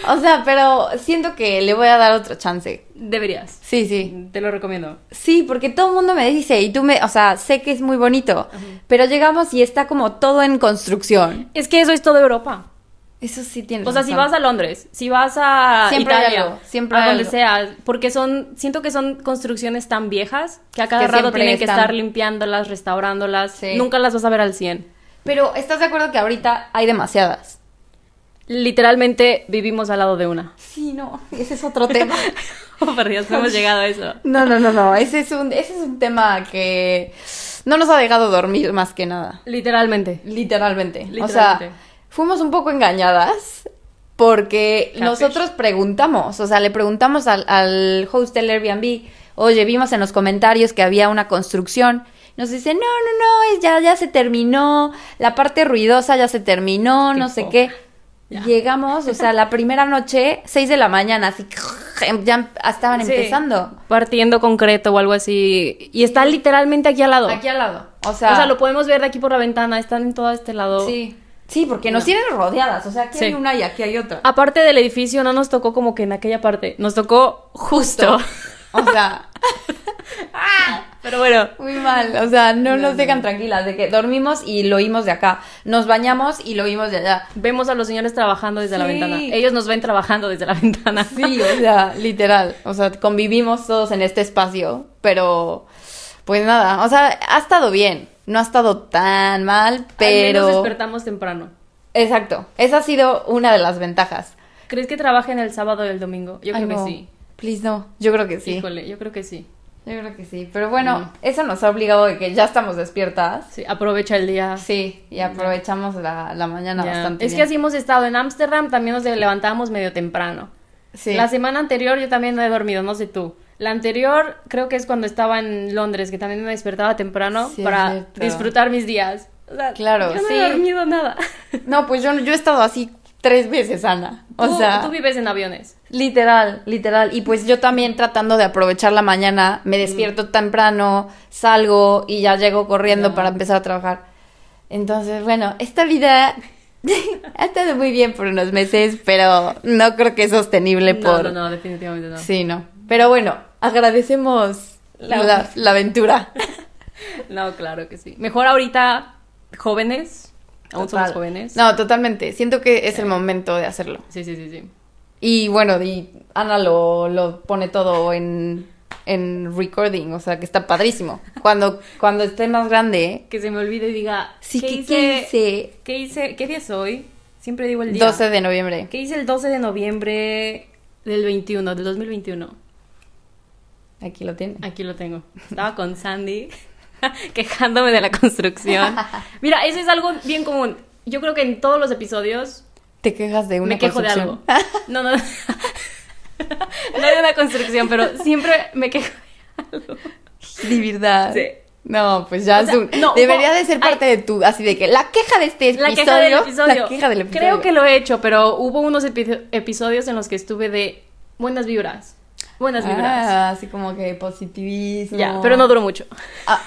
[SPEAKER 2] O sea, pero siento que le voy a dar otro chance.
[SPEAKER 1] Deberías.
[SPEAKER 2] Sí, sí.
[SPEAKER 1] Te lo recomiendo.
[SPEAKER 2] Sí, porque todo el mundo me dice, y tú me, o sea, sé que es muy bonito, pero llegamos y está como todo en construcción.
[SPEAKER 1] Es que eso es toda Europa.
[SPEAKER 2] Eso sí tiene.
[SPEAKER 1] O sea, si vas a Londres, si vas a
[SPEAKER 2] Siempre hay
[SPEAKER 1] Italia,
[SPEAKER 2] algo, siempre
[SPEAKER 1] a
[SPEAKER 2] hay
[SPEAKER 1] donde
[SPEAKER 2] algo.
[SPEAKER 1] sea, porque son, siento que son construcciones tan viejas que a cada
[SPEAKER 2] Que
[SPEAKER 1] rato
[SPEAKER 2] siempre
[SPEAKER 1] tienen que
[SPEAKER 2] están.
[SPEAKER 1] estar limpiándolas, restaurándolas.
[SPEAKER 2] Sí.
[SPEAKER 1] Nunca las vas a ver al 100.
[SPEAKER 2] Pero estás de acuerdo que ahorita hay demasiadas.
[SPEAKER 1] Literalmente vivimos al lado de una. Oh,
[SPEAKER 2] Sí, no, ese es otro tema.
[SPEAKER 1] Por Dios, no hemos llegado a eso.
[SPEAKER 2] no, no, no, no. Ese es un, ese es un tema que no nos ha dejado dormir más que nada.
[SPEAKER 1] Literalmente.
[SPEAKER 2] Literalmente. O
[SPEAKER 1] Literalmente.
[SPEAKER 2] sea, fuimos un poco engañadas porque
[SPEAKER 1] Catfish.
[SPEAKER 2] nosotros preguntamos, o sea, le preguntamos al, al host del Airbnb, oye, vimos en los comentarios que había una construcción. Nos dice, no, no, no, es ya, ya se terminó, la parte ruidosa ya se terminó, no sé
[SPEAKER 1] Tipo,
[SPEAKER 2] qué.
[SPEAKER 1] ya.
[SPEAKER 2] Llegamos, o sea, la primera noche, 6 de la mañana, así, ya estaban
[SPEAKER 1] Sí.
[SPEAKER 2] empezando.
[SPEAKER 1] Partiendo concreto o algo así. Y está literalmente aquí al lado.
[SPEAKER 2] Aquí al lado. O
[SPEAKER 1] o, sea,
[SPEAKER 2] sea,
[SPEAKER 1] lo podemos ver de aquí por la ventana. Están en todo este lado.
[SPEAKER 2] sí. Sí, porque nos
[SPEAKER 1] No.
[SPEAKER 2] tienen rodeadas, o sea, aquí
[SPEAKER 1] Sí.
[SPEAKER 2] hay una y aquí hay otra.
[SPEAKER 1] Aparte del edificio, no nos tocó como que en aquella parte. Nos tocó justo.
[SPEAKER 2] O sea,
[SPEAKER 1] Pero bueno.
[SPEAKER 2] muy mal. O sea, no, nos dejan tranquilas. De que dormimos y lo oímos de acá. Nos bañamos y lo oímos de allá.
[SPEAKER 1] Vemos a los señores trabajando desde la
[SPEAKER 2] Sí.
[SPEAKER 1] ventana. Ellos nos ven trabajando desde la ventana.
[SPEAKER 2] Sí, o sea, literal. O sea, convivimos todos en este espacio. Pero, pues nada. O sea, ha estado bien. No ha estado tan mal,
[SPEAKER 1] Al menos
[SPEAKER 2] pero.
[SPEAKER 1] despertamos temprano.
[SPEAKER 2] Exacto. Esa ha sido una de las ventajas.
[SPEAKER 1] ¿Crees que trabajen el sábado y el domingo? Yo
[SPEAKER 2] Ay,
[SPEAKER 1] creo
[SPEAKER 2] no.
[SPEAKER 1] que sí.
[SPEAKER 2] Please, no. Yo creo que sí.
[SPEAKER 1] Híjole, Mm. yo creo que sí.
[SPEAKER 2] Yo creo que sí. Pero bueno, eso nos ha obligado de que ya estamos despiertas.
[SPEAKER 1] Sí, aprovecha el día.
[SPEAKER 2] Sí, y aprovechamos la, la mañana
[SPEAKER 1] Ya.
[SPEAKER 2] bastante.
[SPEAKER 1] es que
[SPEAKER 2] bien.
[SPEAKER 1] así hemos estado en Ámsterdam, también nos levantábamos medio temprano.
[SPEAKER 2] Sí.
[SPEAKER 1] La semana anterior yo también no he dormido, no sé tú. La anterior creo que es cuando estaba en Londres, que también me despertaba temprano
[SPEAKER 2] Sí, es
[SPEAKER 1] para
[SPEAKER 2] cierto.
[SPEAKER 1] disfrutar mis días. O sea,
[SPEAKER 2] Claro,
[SPEAKER 1] yo no
[SPEAKER 2] sí.
[SPEAKER 1] he dormido nada.
[SPEAKER 2] No, pues yo, yo he estado así tres veces, Ana. O
[SPEAKER 1] Tú-
[SPEAKER 2] sea,
[SPEAKER 1] tú vives en aviones.
[SPEAKER 2] literal, literal. Y pues yo también tratando de aprovechar la mañana,
[SPEAKER 1] Mm.
[SPEAKER 2] me despierto temprano, salgo y ya llego corriendo
[SPEAKER 1] Ya.
[SPEAKER 2] para empezar a trabajar. Entonces, bueno, esta vida ha estado muy bien por unos meses, pero no creo que es sostenible
[SPEAKER 1] no,
[SPEAKER 2] por...
[SPEAKER 1] no, no, definitivamente no.
[SPEAKER 2] Sí, no. Pero bueno, agradecemos
[SPEAKER 1] La-
[SPEAKER 2] la- la aventura.
[SPEAKER 1] No, claro que sí. Mejor ahorita jóvenes, aún somos
[SPEAKER 2] Total.
[SPEAKER 1] jóvenes.
[SPEAKER 2] No, totalmente. Siento que es el momento de hacerlo.
[SPEAKER 1] Sí, sí, sí, sí.
[SPEAKER 2] Y bueno, y Ana lo, lo pone todo en, en recording, o sea que está padrísimo. Cuando, cuando esté más grande,
[SPEAKER 1] Que se me olvide y diga,
[SPEAKER 2] sí
[SPEAKER 1] ¿qué,
[SPEAKER 2] que
[SPEAKER 1] hice,
[SPEAKER 2] hice
[SPEAKER 1] ¿Qué hice? ¿Qué día es hoy? Siempre digo el día.
[SPEAKER 2] 12 de noviembre.
[SPEAKER 1] ¿Qué hice el 12 de noviembre del 21, del 2021?
[SPEAKER 2] Aquí lo tiene.
[SPEAKER 1] Aquí lo tengo. Estaba con Sandy quejándome de la construcción. Mira, eso es algo bien común. Yo creo que en todos los episodios
[SPEAKER 2] Te quejas de una
[SPEAKER 1] me quejo de algo.
[SPEAKER 2] construcción.
[SPEAKER 1] No, no. no de una construcción, pero siempre me quejo de algo.
[SPEAKER 2] De verdad.
[SPEAKER 1] Sí.
[SPEAKER 2] No, pues ya
[SPEAKER 1] O
[SPEAKER 2] es
[SPEAKER 1] sea,
[SPEAKER 2] un-
[SPEAKER 1] no,
[SPEAKER 2] debería
[SPEAKER 1] hubo-
[SPEAKER 2] de ser parte de tu, así de que la queja de este
[SPEAKER 1] La
[SPEAKER 2] episodio,
[SPEAKER 1] queja del episodio.
[SPEAKER 2] la queja del episodio.
[SPEAKER 1] Creo que lo he hecho, pero hubo unos epi- episodios en los que estuve de buenas vibras. Buenas vibras.
[SPEAKER 2] Ah, así como que positivismo.
[SPEAKER 1] ya, pero no duró mucho.
[SPEAKER 2] Ah,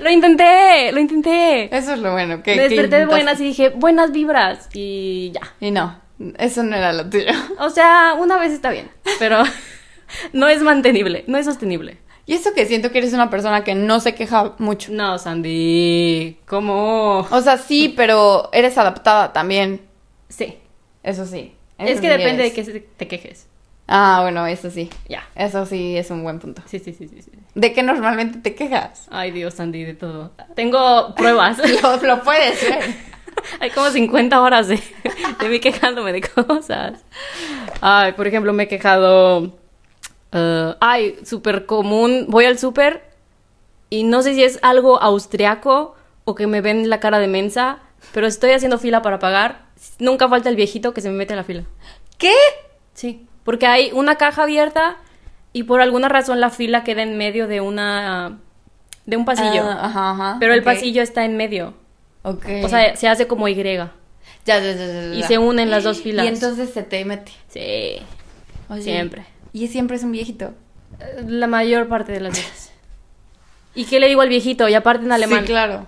[SPEAKER 1] Lo intenté, lo intenté.
[SPEAKER 2] eso es lo bueno. Que,
[SPEAKER 1] Me
[SPEAKER 2] que
[SPEAKER 1] desperté de
[SPEAKER 2] intentaste.
[SPEAKER 1] buenas y dije, buenas vibras. Y ya.
[SPEAKER 2] Y no, eso no era lo tuyo.
[SPEAKER 1] O sea, una vez está bien, pero no es mantenible, no es sostenible.
[SPEAKER 2] Y eso que siento que eres una persona que no se queja mucho.
[SPEAKER 1] No, Sandy, ¿cómo?
[SPEAKER 2] O sea, sí, pero eres adaptada también.
[SPEAKER 1] Sí,
[SPEAKER 2] Eso sí. Eso
[SPEAKER 1] es que
[SPEAKER 2] sí
[SPEAKER 1] depende
[SPEAKER 2] eres.
[SPEAKER 1] de qué te quejes.
[SPEAKER 2] Ah, bueno, eso sí.
[SPEAKER 1] Ya.
[SPEAKER 2] Eso sí es un buen punto.
[SPEAKER 1] Sí, sí, sí, sí, sí.
[SPEAKER 2] ¿De qué normalmente te quejas?
[SPEAKER 1] Ay, Dios, Sandy, de todo. Tengo pruebas.
[SPEAKER 2] Lo, lo puedes ver.
[SPEAKER 1] Hay como 50 horas de, de mí quejándome de cosas. Ay, por ejemplo, me he quejado. eh, ay, súper común. Voy al súper y no sé si es algo austriaco o que me ven la cara de mensa, pero estoy haciendo fila para pagar. Nunca falta el viejito que se me mete a la fila.
[SPEAKER 2] ¿Qué?
[SPEAKER 1] Sí, porque hay una caja abierta y por alguna razón la fila queda en medio de una. de un pasillo.
[SPEAKER 2] Ah, ajá, ajá.
[SPEAKER 1] pero el
[SPEAKER 2] Ok.
[SPEAKER 1] pasillo está en medio.
[SPEAKER 2] Ok.
[SPEAKER 1] O sea, se hace como Y.
[SPEAKER 2] ya, ya, ya, ya, ya.
[SPEAKER 1] y se unen las dos filas.
[SPEAKER 2] Y entonces se te mete.
[SPEAKER 1] Sí.
[SPEAKER 2] Oye,
[SPEAKER 1] Siempre.
[SPEAKER 2] Y siempre es un viejito.
[SPEAKER 1] La mayor parte de las veces. ¿Y qué le digo al viejito? Y aparte en alemán.
[SPEAKER 2] Sí, claro.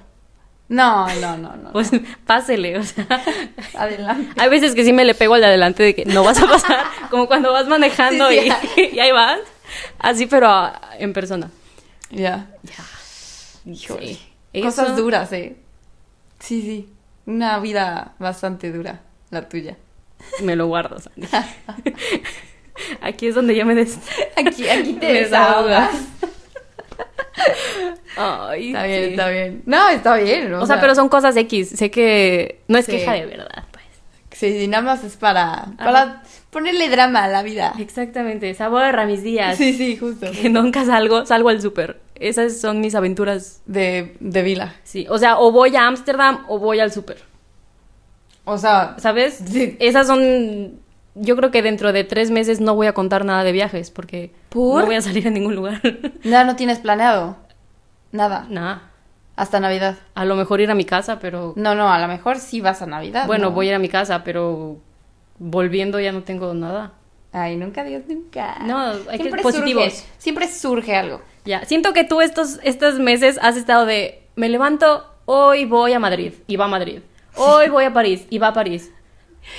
[SPEAKER 2] No, no, no, no.
[SPEAKER 1] Pues pásele, o sea.
[SPEAKER 2] Adelante.
[SPEAKER 1] Hay veces que sí me le pego al de adelante de que no vas a pasar, como cuando vas manejando
[SPEAKER 2] Sí, sí,
[SPEAKER 1] y, y ahí vas. Así, pero ah, en persona.
[SPEAKER 2] Ya.
[SPEAKER 1] Ya.
[SPEAKER 2] Híjole.
[SPEAKER 1] Sí.
[SPEAKER 2] Cosas
[SPEAKER 1] Eso-
[SPEAKER 2] duras, eh. Sí, sí. Una vida bastante dura, la tuya.
[SPEAKER 1] Me lo guardo, Sandy. Aquí es donde ya me des...
[SPEAKER 2] Aquí, aquí te
[SPEAKER 1] Me
[SPEAKER 2] desahogas.
[SPEAKER 1] Ay,
[SPEAKER 2] Está bien,
[SPEAKER 1] sí.
[SPEAKER 2] está bien. No, está bien.
[SPEAKER 1] O sea, pero son cosas X. Sé que no es
[SPEAKER 2] Sí.
[SPEAKER 1] queja de verdad, pues.
[SPEAKER 2] Sí, sí, nada más es para, para ponerle drama a la vida.
[SPEAKER 1] Exactamente, sabor a mis días.
[SPEAKER 2] Sí, sí, justo.
[SPEAKER 1] Ah. Que nunca salgo, salgo al súper. Esas son mis aventuras.
[SPEAKER 2] De, de vila.
[SPEAKER 1] Sí, o sea, o voy a Ámsterdam o voy al súper.
[SPEAKER 2] O sea,
[SPEAKER 1] ¿Sabes?
[SPEAKER 2] Sí.
[SPEAKER 1] Esas son... Yo creo que dentro de tres meses no voy a contar nada de viajes porque
[SPEAKER 2] ¿Por?
[SPEAKER 1] no voy a salir a ningún lugar.
[SPEAKER 2] nada, no tienes planeado. Nada.
[SPEAKER 1] nada.
[SPEAKER 2] Hasta Navidad.
[SPEAKER 1] A lo mejor ir a mi casa, pero...
[SPEAKER 2] No, no, a lo mejor sí vas a Navidad.
[SPEAKER 1] bueno,
[SPEAKER 2] Ah, ¿no?
[SPEAKER 1] voy a ir a mi casa, pero volviendo ya no tengo nada.
[SPEAKER 2] Ay, nunca Dios, nunca.
[SPEAKER 1] No, hay que-
[SPEAKER 2] Siempre
[SPEAKER 1] positivos.
[SPEAKER 2] surge- siempre surge algo.
[SPEAKER 1] Ya, siento que tú estos, estos meses has estado de, me levanto, hoy voy a Madrid y va a Madrid. Hoy voy a París y va a París.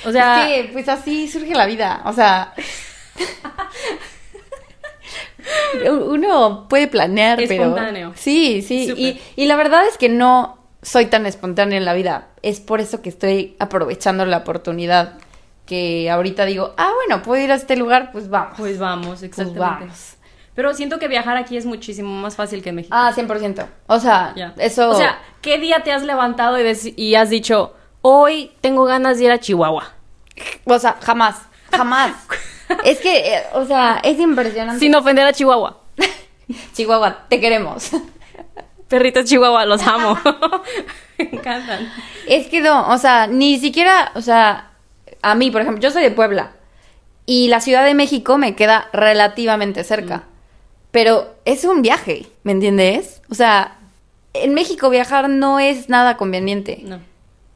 [SPEAKER 1] O sea,
[SPEAKER 2] Es que, pues así surge la vida. O sea. Uno puede planear, pero.
[SPEAKER 1] Espontáneo.
[SPEAKER 2] Sí, sí.
[SPEAKER 1] Súper.
[SPEAKER 2] Y, y la verdad es que no soy tan espontánea en la vida. Es por eso que estoy aprovechando la oportunidad. Que ahorita digo, ah, bueno, puedo ir a este lugar, pues vamos.
[SPEAKER 1] pues vamos, exactamente.
[SPEAKER 2] vamos.
[SPEAKER 1] Pero siento que viajar aquí es muchísimo más fácil que en México.
[SPEAKER 2] Ah, 100%. O sea,
[SPEAKER 1] Ya.
[SPEAKER 2] eso.
[SPEAKER 1] O sea, ¿qué día te has levantado y, deci- y has dicho, hoy tengo ganas de ir a Chihuahua?
[SPEAKER 2] O sea, jamás. Jamás. es que, eh, o sea, es impresionante.
[SPEAKER 1] Sin ofender a Chihuahua.
[SPEAKER 2] Chihuahua, te queremos.
[SPEAKER 1] Perritos Chihuahua, los amo. Me encantan.
[SPEAKER 2] Es que no, o sea, ni siquiera, o sea, a mí, por ejemplo, yo soy de Puebla y la Ciudad de México me queda relativamente cerca.
[SPEAKER 1] Mm.
[SPEAKER 2] Pero es un viaje, ¿me entiendes? O sea, en México viajar no es nada conveniente.
[SPEAKER 1] No.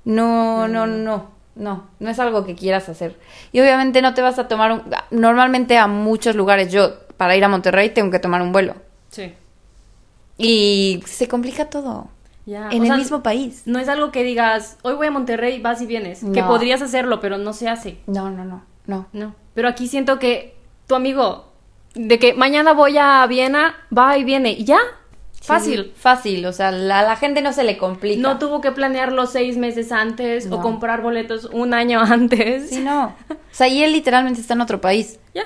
[SPEAKER 2] No, no, no, no, no es algo que quieras hacer. Y obviamente no te vas a tomar un... Normalmente a muchos lugares yo, para ir a Monterrey, tengo que tomar un vuelo.
[SPEAKER 1] Sí.
[SPEAKER 2] Y se complica todo.
[SPEAKER 1] Ya,
[SPEAKER 2] en
[SPEAKER 1] o
[SPEAKER 2] el
[SPEAKER 1] sea,
[SPEAKER 2] mismo país.
[SPEAKER 1] No es algo que digas, hoy voy a Monterrey, vas y vienes. Que
[SPEAKER 2] No.
[SPEAKER 1] podrías hacerlo, pero no se hace.
[SPEAKER 2] No, no, no, no.
[SPEAKER 1] No. Pero aquí siento que tu amigo, de que mañana voy a Viena, va y viene. Y ya. Fácil.
[SPEAKER 2] Sí, fácil, o sea, la, la gente no se le complica.
[SPEAKER 1] No tuvo que planearlo seis meses antes o
[SPEAKER 2] No.
[SPEAKER 1] comprar boletos un año antes.
[SPEAKER 2] Sí, no. O sea, y él literalmente está en otro país.
[SPEAKER 1] Ya.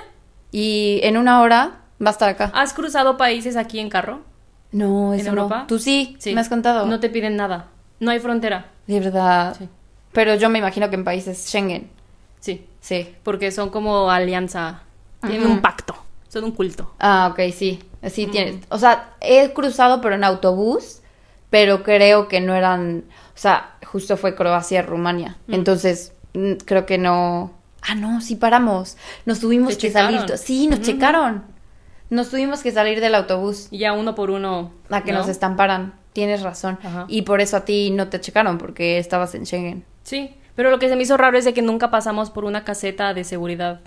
[SPEAKER 2] Y en una hora va a estar acá.
[SPEAKER 1] ¿Has cruzado países aquí en carro?
[SPEAKER 2] no,
[SPEAKER 1] Ah, ¿En
[SPEAKER 2] eso no.
[SPEAKER 1] Europa?
[SPEAKER 2] Tú sí, me has contado.
[SPEAKER 1] No te piden nada. No hay frontera.
[SPEAKER 2] De verdad.
[SPEAKER 1] Sí.
[SPEAKER 2] Pero yo me imagino que en países Schengen.
[SPEAKER 1] Sí.
[SPEAKER 2] Sí.
[SPEAKER 1] Porque son como alianza. Tienen
[SPEAKER 2] Ujú.
[SPEAKER 1] un pacto. Son un culto.
[SPEAKER 2] Ah, ok, sí. Sí tienes. O sea, he cruzado, pero en autobús. Pero creo que no eran. O sea, justo fue Croacia, Rumania. Entonces, mm, creo que no. Ah, no, sí paramos. Nos tuvimos
[SPEAKER 1] Te
[SPEAKER 2] que salir.
[SPEAKER 1] checaron.
[SPEAKER 2] Sí, nos checaron. Nos tuvimos que salir del autobús.
[SPEAKER 1] Y ya uno por uno.
[SPEAKER 2] A que
[SPEAKER 1] ¿no?
[SPEAKER 2] nos estamparan. Tienes razón.
[SPEAKER 1] Ajá.
[SPEAKER 2] Y por eso a ti no te checaron, porque estabas en Schengen.
[SPEAKER 1] Sí, pero lo que se me hizo raro es de que nunca pasamos por una caseta de seguridad.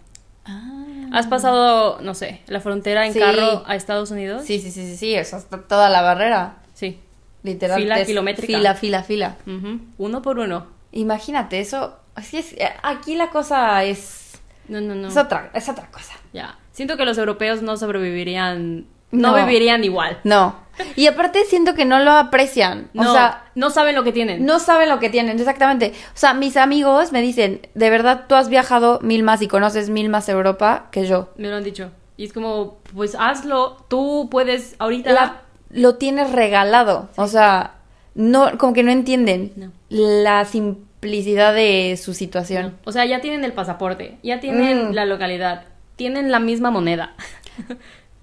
[SPEAKER 1] ¿Has pasado, no sé, la frontera en
[SPEAKER 2] Ah. Sí.
[SPEAKER 1] carro a Estados Unidos?
[SPEAKER 2] Sí, sí, sí, sí, sí. Eso está toda la barrera.
[SPEAKER 1] Sí.
[SPEAKER 2] Literal.
[SPEAKER 1] Fila
[SPEAKER 2] te-
[SPEAKER 1] kilométrica.
[SPEAKER 2] Fila, fila, fila.
[SPEAKER 1] Ujú. Uno por uno.
[SPEAKER 2] Imagínate, eso. Así es. eh, Aquí la cosa es.
[SPEAKER 1] No, no, no.
[SPEAKER 2] Es, otra, es otra cosa.
[SPEAKER 1] Ya. Siento que los europeos no sobrevivirían. No,
[SPEAKER 2] No.
[SPEAKER 1] vivirían igual.
[SPEAKER 2] No. Y aparte siento que no lo aprecian.
[SPEAKER 1] No,
[SPEAKER 2] O sea,
[SPEAKER 1] no saben lo que tienen.
[SPEAKER 2] no saben lo que tienen, exactamente. O sea, mis amigos me dicen, de verdad, tú has viajado mil más y conoces mil más Europa que yo.
[SPEAKER 1] Me lo han dicho. Y es como, pues hazlo. Tú puedes ahorita.
[SPEAKER 2] La- lo tienes regalado. O sea, no, como que no entienden
[SPEAKER 1] No.
[SPEAKER 2] la simplicidad de su
[SPEAKER 1] No.
[SPEAKER 2] situación.
[SPEAKER 1] O sea, ya tienen el pasaporte. Ya tienen
[SPEAKER 2] Mm.
[SPEAKER 1] la localidad. Tienen la misma moneda.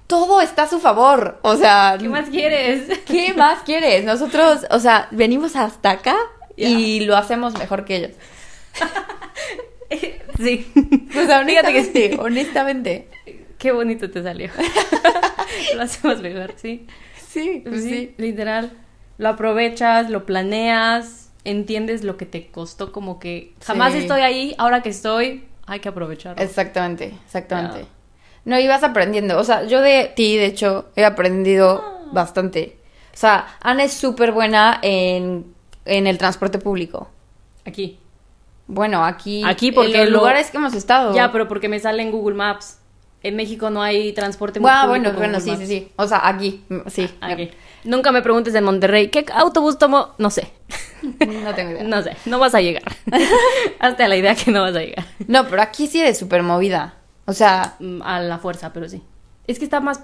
[SPEAKER 2] Todo está a su favor. O sea,
[SPEAKER 1] ¿Qué más quieres?
[SPEAKER 2] Mm. ¿qué más quieres? Nosotros, o sea, venimos hasta acá y lo hacemos mejor que ellos.
[SPEAKER 1] sí.
[SPEAKER 2] O sea,
[SPEAKER 1] Fíjate que sí.
[SPEAKER 2] honestamente, honestamente.
[SPEAKER 1] Qué bonito te salió. lo hacemos mejor, sí.
[SPEAKER 2] Sí, pues sí.
[SPEAKER 1] Literal. Lo aprovechas, lo planeas, entiendes lo que te costó, como que jamás
[SPEAKER 2] Sí.
[SPEAKER 1] estoy ahí, ahora que estoy, hay que aprovecharlo.
[SPEAKER 2] Exactamente, exactamente.
[SPEAKER 1] Ya.
[SPEAKER 2] No, y vas aprendiendo. O sea, yo de ti, de hecho, he aprendido
[SPEAKER 1] Ah.
[SPEAKER 2] bastante. O sea, Ana es súper buena en, en el transporte público.
[SPEAKER 1] Aquí.
[SPEAKER 2] Bueno, aquí.
[SPEAKER 1] Aquí porque
[SPEAKER 2] En los
[SPEAKER 1] lo-
[SPEAKER 2] lugares que hemos estado.
[SPEAKER 1] Ya, pero porque me sale en Google Maps. En México no hay transporte muy
[SPEAKER 2] Ah,
[SPEAKER 1] público
[SPEAKER 2] bueno,
[SPEAKER 1] con
[SPEAKER 2] bueno,
[SPEAKER 1] Google
[SPEAKER 2] sí, sí,
[SPEAKER 1] Maps.
[SPEAKER 2] sí. O sea, aquí. mm, Sí.
[SPEAKER 1] Aquí. Nunca me preguntes en Monterrey, ¿qué autobús tomo? No sé.
[SPEAKER 2] No tengo idea.
[SPEAKER 1] No sé, no vas a llegar. Hasta la idea que no vas a llegar.
[SPEAKER 2] No, pero aquí sí eres súper movida. O sea,
[SPEAKER 1] Mm, A la fuerza, pero sí. Es que está más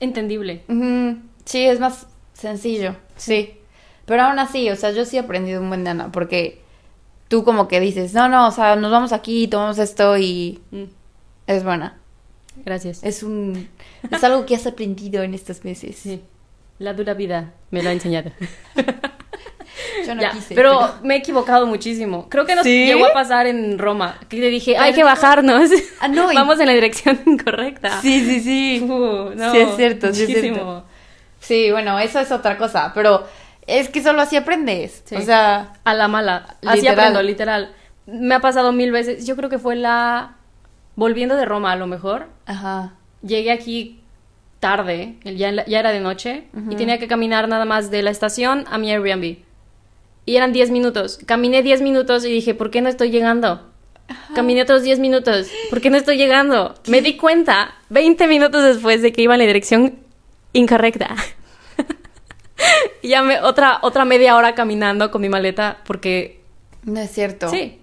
[SPEAKER 1] entendible.
[SPEAKER 2] ujú, sí, es más sencillo. Sí. Pero aún así, o sea, yo sí he aprendido un buen de Ana, porque tú como que dices, no, no, o sea, nos vamos aquí, tomamos esto y
[SPEAKER 1] Mm,
[SPEAKER 2] es buena.
[SPEAKER 1] Gracias.
[SPEAKER 2] Es un. Es algo que has aprendido en estos meses.
[SPEAKER 1] Sí. La dura vida me lo ha enseñado.
[SPEAKER 2] Yo no
[SPEAKER 1] Ya,
[SPEAKER 2] quise.
[SPEAKER 1] pero, me he equivocado muchísimo. Creo que nos
[SPEAKER 2] ¿Sí?
[SPEAKER 1] llegó a pasar en Roma. Que le dije,
[SPEAKER 2] Pero
[SPEAKER 1] hay que
[SPEAKER 2] dijo-
[SPEAKER 1] bajarnos.
[SPEAKER 2] Ah, no, y-
[SPEAKER 1] Vamos en la dirección incorrecta.
[SPEAKER 2] Sí, sí, sí.
[SPEAKER 1] Uh, no,
[SPEAKER 2] Sí, es cierto, sí es
[SPEAKER 1] muchísimo.
[SPEAKER 2] cierto. Sí, bueno, eso es otra cosa, pero es que solo así aprendes.
[SPEAKER 1] Sí.
[SPEAKER 2] O sea,
[SPEAKER 1] A la mala. Así
[SPEAKER 2] Ah, Literal.
[SPEAKER 1] aprendo, literal. Me ha pasado mil veces. Yo creo que fue la... Volviendo de Roma, a lo mejor.
[SPEAKER 2] ajá.
[SPEAKER 1] llegué aquí tarde, ya, en la- ya era de noche, y tenía que caminar nada más de la estación a mi Airbnb. Y eran 10 minutos. Caminé 10 minutos y dije, ¿por qué no estoy llegando? Caminé otros 10 minutos. ¿Por qué no estoy llegando? Me di cuenta 20 minutos después de que iba en la dirección incorrecta. Y ya me, otra, otra media hora caminando con mi maleta porque...
[SPEAKER 2] No es cierto.
[SPEAKER 1] Sí,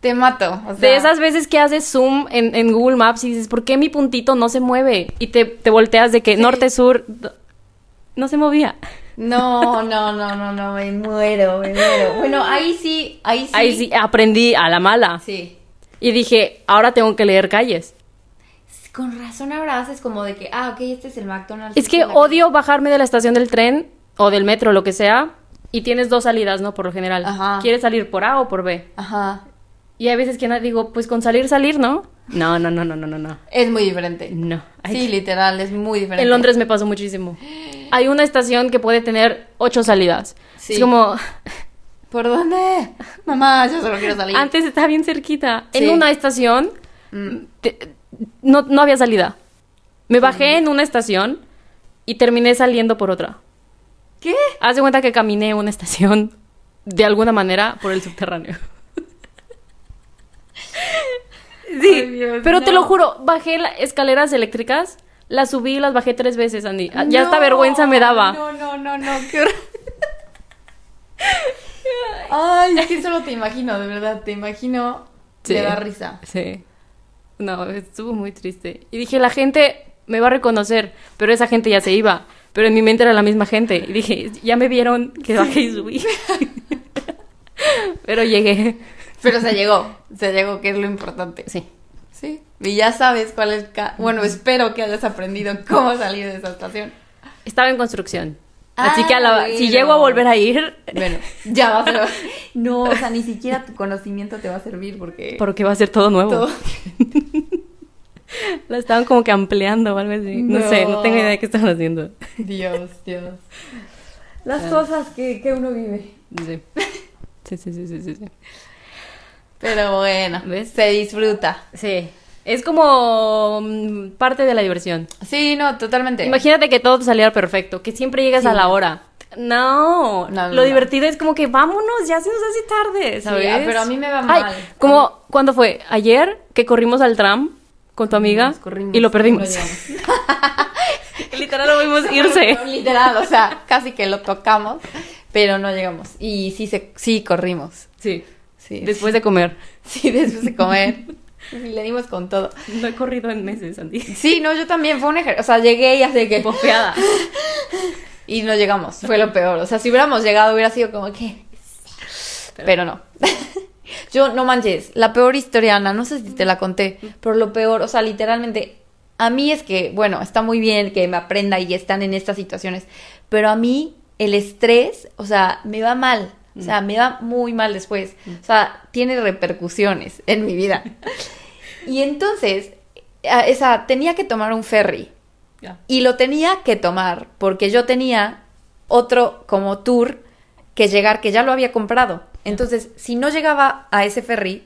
[SPEAKER 2] Te mato. o sea,
[SPEAKER 1] de esas veces que haces zoom en, en Google Maps y dices, ¿por qué mi puntito no se mueve? Y te, te volteas de que norte, sur, d- no se movía.
[SPEAKER 2] No, no, no, no, no, me muero, me muero. Bueno, ahí sí, ahí sí.
[SPEAKER 1] Ahí sí aprendí a la mala.
[SPEAKER 2] Sí.
[SPEAKER 1] Y dije, ahora tengo que leer calles.
[SPEAKER 2] Con razón ahora haces como de que, ah, ok, este es el McDonald's.
[SPEAKER 1] Es
[SPEAKER 2] este
[SPEAKER 1] que
[SPEAKER 2] la-
[SPEAKER 1] odio bajarme de la estación del tren o del metro, lo que sea, y tienes dos salidas, ¿no? Por lo general.
[SPEAKER 2] Ajá.
[SPEAKER 1] ¿Quieres salir por A o por B?
[SPEAKER 2] Ajá.
[SPEAKER 1] Y hay veces que na- digo, pues con salir, salir, ¿no? No, no, no, no, no, no, no.
[SPEAKER 2] Es muy diferente.
[SPEAKER 1] No. Hay
[SPEAKER 2] Sí, literal, es muy diferente.
[SPEAKER 1] En Londres me pasó muchísimo. Hay una estación que puede tener ocho salidas.
[SPEAKER 2] Sí.
[SPEAKER 1] Es como,
[SPEAKER 2] ¿Por dónde? Mamá, yo solo quiero salir. Mm.
[SPEAKER 1] antes estaba bien cerquita.
[SPEAKER 2] Sí.
[SPEAKER 1] En una estación te- no, no había salida. Me bajé
[SPEAKER 2] Mm.
[SPEAKER 1] en una estación y terminé saliendo por otra.
[SPEAKER 2] ¿Qué?
[SPEAKER 1] Haz de cuenta que caminé una estación de alguna manera por el subterráneo. Sí,
[SPEAKER 2] Ay, Dios,
[SPEAKER 1] pero te
[SPEAKER 2] Pues no.
[SPEAKER 1] lo juro, bajé las escaleras eléctricas, las subí y las bajé tres veces, Andy. Ya
[SPEAKER 2] No,
[SPEAKER 1] hasta vergüenza me daba.
[SPEAKER 2] No, no, no, no, qué horror. Ay, es que solo te imagino, de verdad, te imagino.
[SPEAKER 1] Sí.
[SPEAKER 2] Te da risa.
[SPEAKER 1] Sí. No, estuvo muy triste. Y dije, la gente me va a reconocer, pero esa gente ya se iba. Pero en mi mente era la misma gente. Y dije, ya me vieron que bajé y subí. pero llegué.
[SPEAKER 2] Pero se llegó, se llegó, que es lo importante.
[SPEAKER 1] Sí.
[SPEAKER 2] Sí. Y ya sabes cuál es. ca- Bueno, espero que hayas aprendido cómo salir de esa estación.
[SPEAKER 1] Estaba en construcción. Así
[SPEAKER 2] Ah,
[SPEAKER 1] que a la-
[SPEAKER 2] bueno.
[SPEAKER 1] si llego a volver a ir,
[SPEAKER 2] Bueno, ya vas a. No, o sea, ni siquiera tu conocimiento te va a servir porque...
[SPEAKER 1] Porque va a ser todo nuevo.
[SPEAKER 2] todo-
[SPEAKER 1] La estaban como que ampliando o algo así. No, sé, no tengo idea de qué estaban haciendo. Ah.
[SPEAKER 2] Dios, Dios. Las cosas que, que uno vive.
[SPEAKER 1] Sí. Sí, sí, sí, sí, sí, sí.
[SPEAKER 2] Pero bueno,
[SPEAKER 1] ¿Ves?
[SPEAKER 2] se disfruta.
[SPEAKER 1] Sí. Es como mm, parte de la diversión.
[SPEAKER 2] Sí, no, totalmente.
[SPEAKER 1] Imagínate que todo te saliera perfecto, que siempre llegas
[SPEAKER 2] Sí.
[SPEAKER 1] a la hora. No,
[SPEAKER 2] No, no,
[SPEAKER 1] lo
[SPEAKER 2] no.
[SPEAKER 1] divertido es como que vámonos, ya se nos hace tarde,
[SPEAKER 2] Sí,
[SPEAKER 1] ¿sabes?
[SPEAKER 2] ah, pero a mí me va
[SPEAKER 1] Ay,
[SPEAKER 2] mal.
[SPEAKER 1] como, ¿cuándo fue? Ayer que corrimos al tram con tu amiga
[SPEAKER 2] Nos corrimos,
[SPEAKER 1] y lo
[SPEAKER 2] lo
[SPEAKER 1] perdimos.
[SPEAKER 2] llevamos.
[SPEAKER 1] Literal lo vimos irse.
[SPEAKER 2] Literal, o sea, casi que lo tocamos, pero no llegamos. Y sí, se, sí corrimos.
[SPEAKER 1] Sí,
[SPEAKER 2] Sí,
[SPEAKER 1] después de comer.
[SPEAKER 2] sí, después de comer. Y Le dimos con todo.
[SPEAKER 1] No he corrido en meses, Andy.
[SPEAKER 2] Sí, no, yo también, fue un ejercicio. O sea, llegué y así que...
[SPEAKER 1] Bofeada.
[SPEAKER 2] Y no llegamos, fue lo peor. O sea, si hubiéramos llegado hubiera sido como que... Pero no. Yo, no manches, la peor historia, Ana, no sé si te la conté, pero lo peor, o sea, literalmente, a mí es que, bueno, está muy bien que me aprenda y están en estas situaciones, pero a mí el estrés, o sea, me va mal. O sea, me va muy mal después. O sea, tiene repercusiones en mi vida. Y entonces, a- esa, tenía que tomar un ferry. Y lo tenía que tomar porque yo tenía otro como tour que llegar, que ya lo había comprado. Entonces, si no llegaba a ese ferry,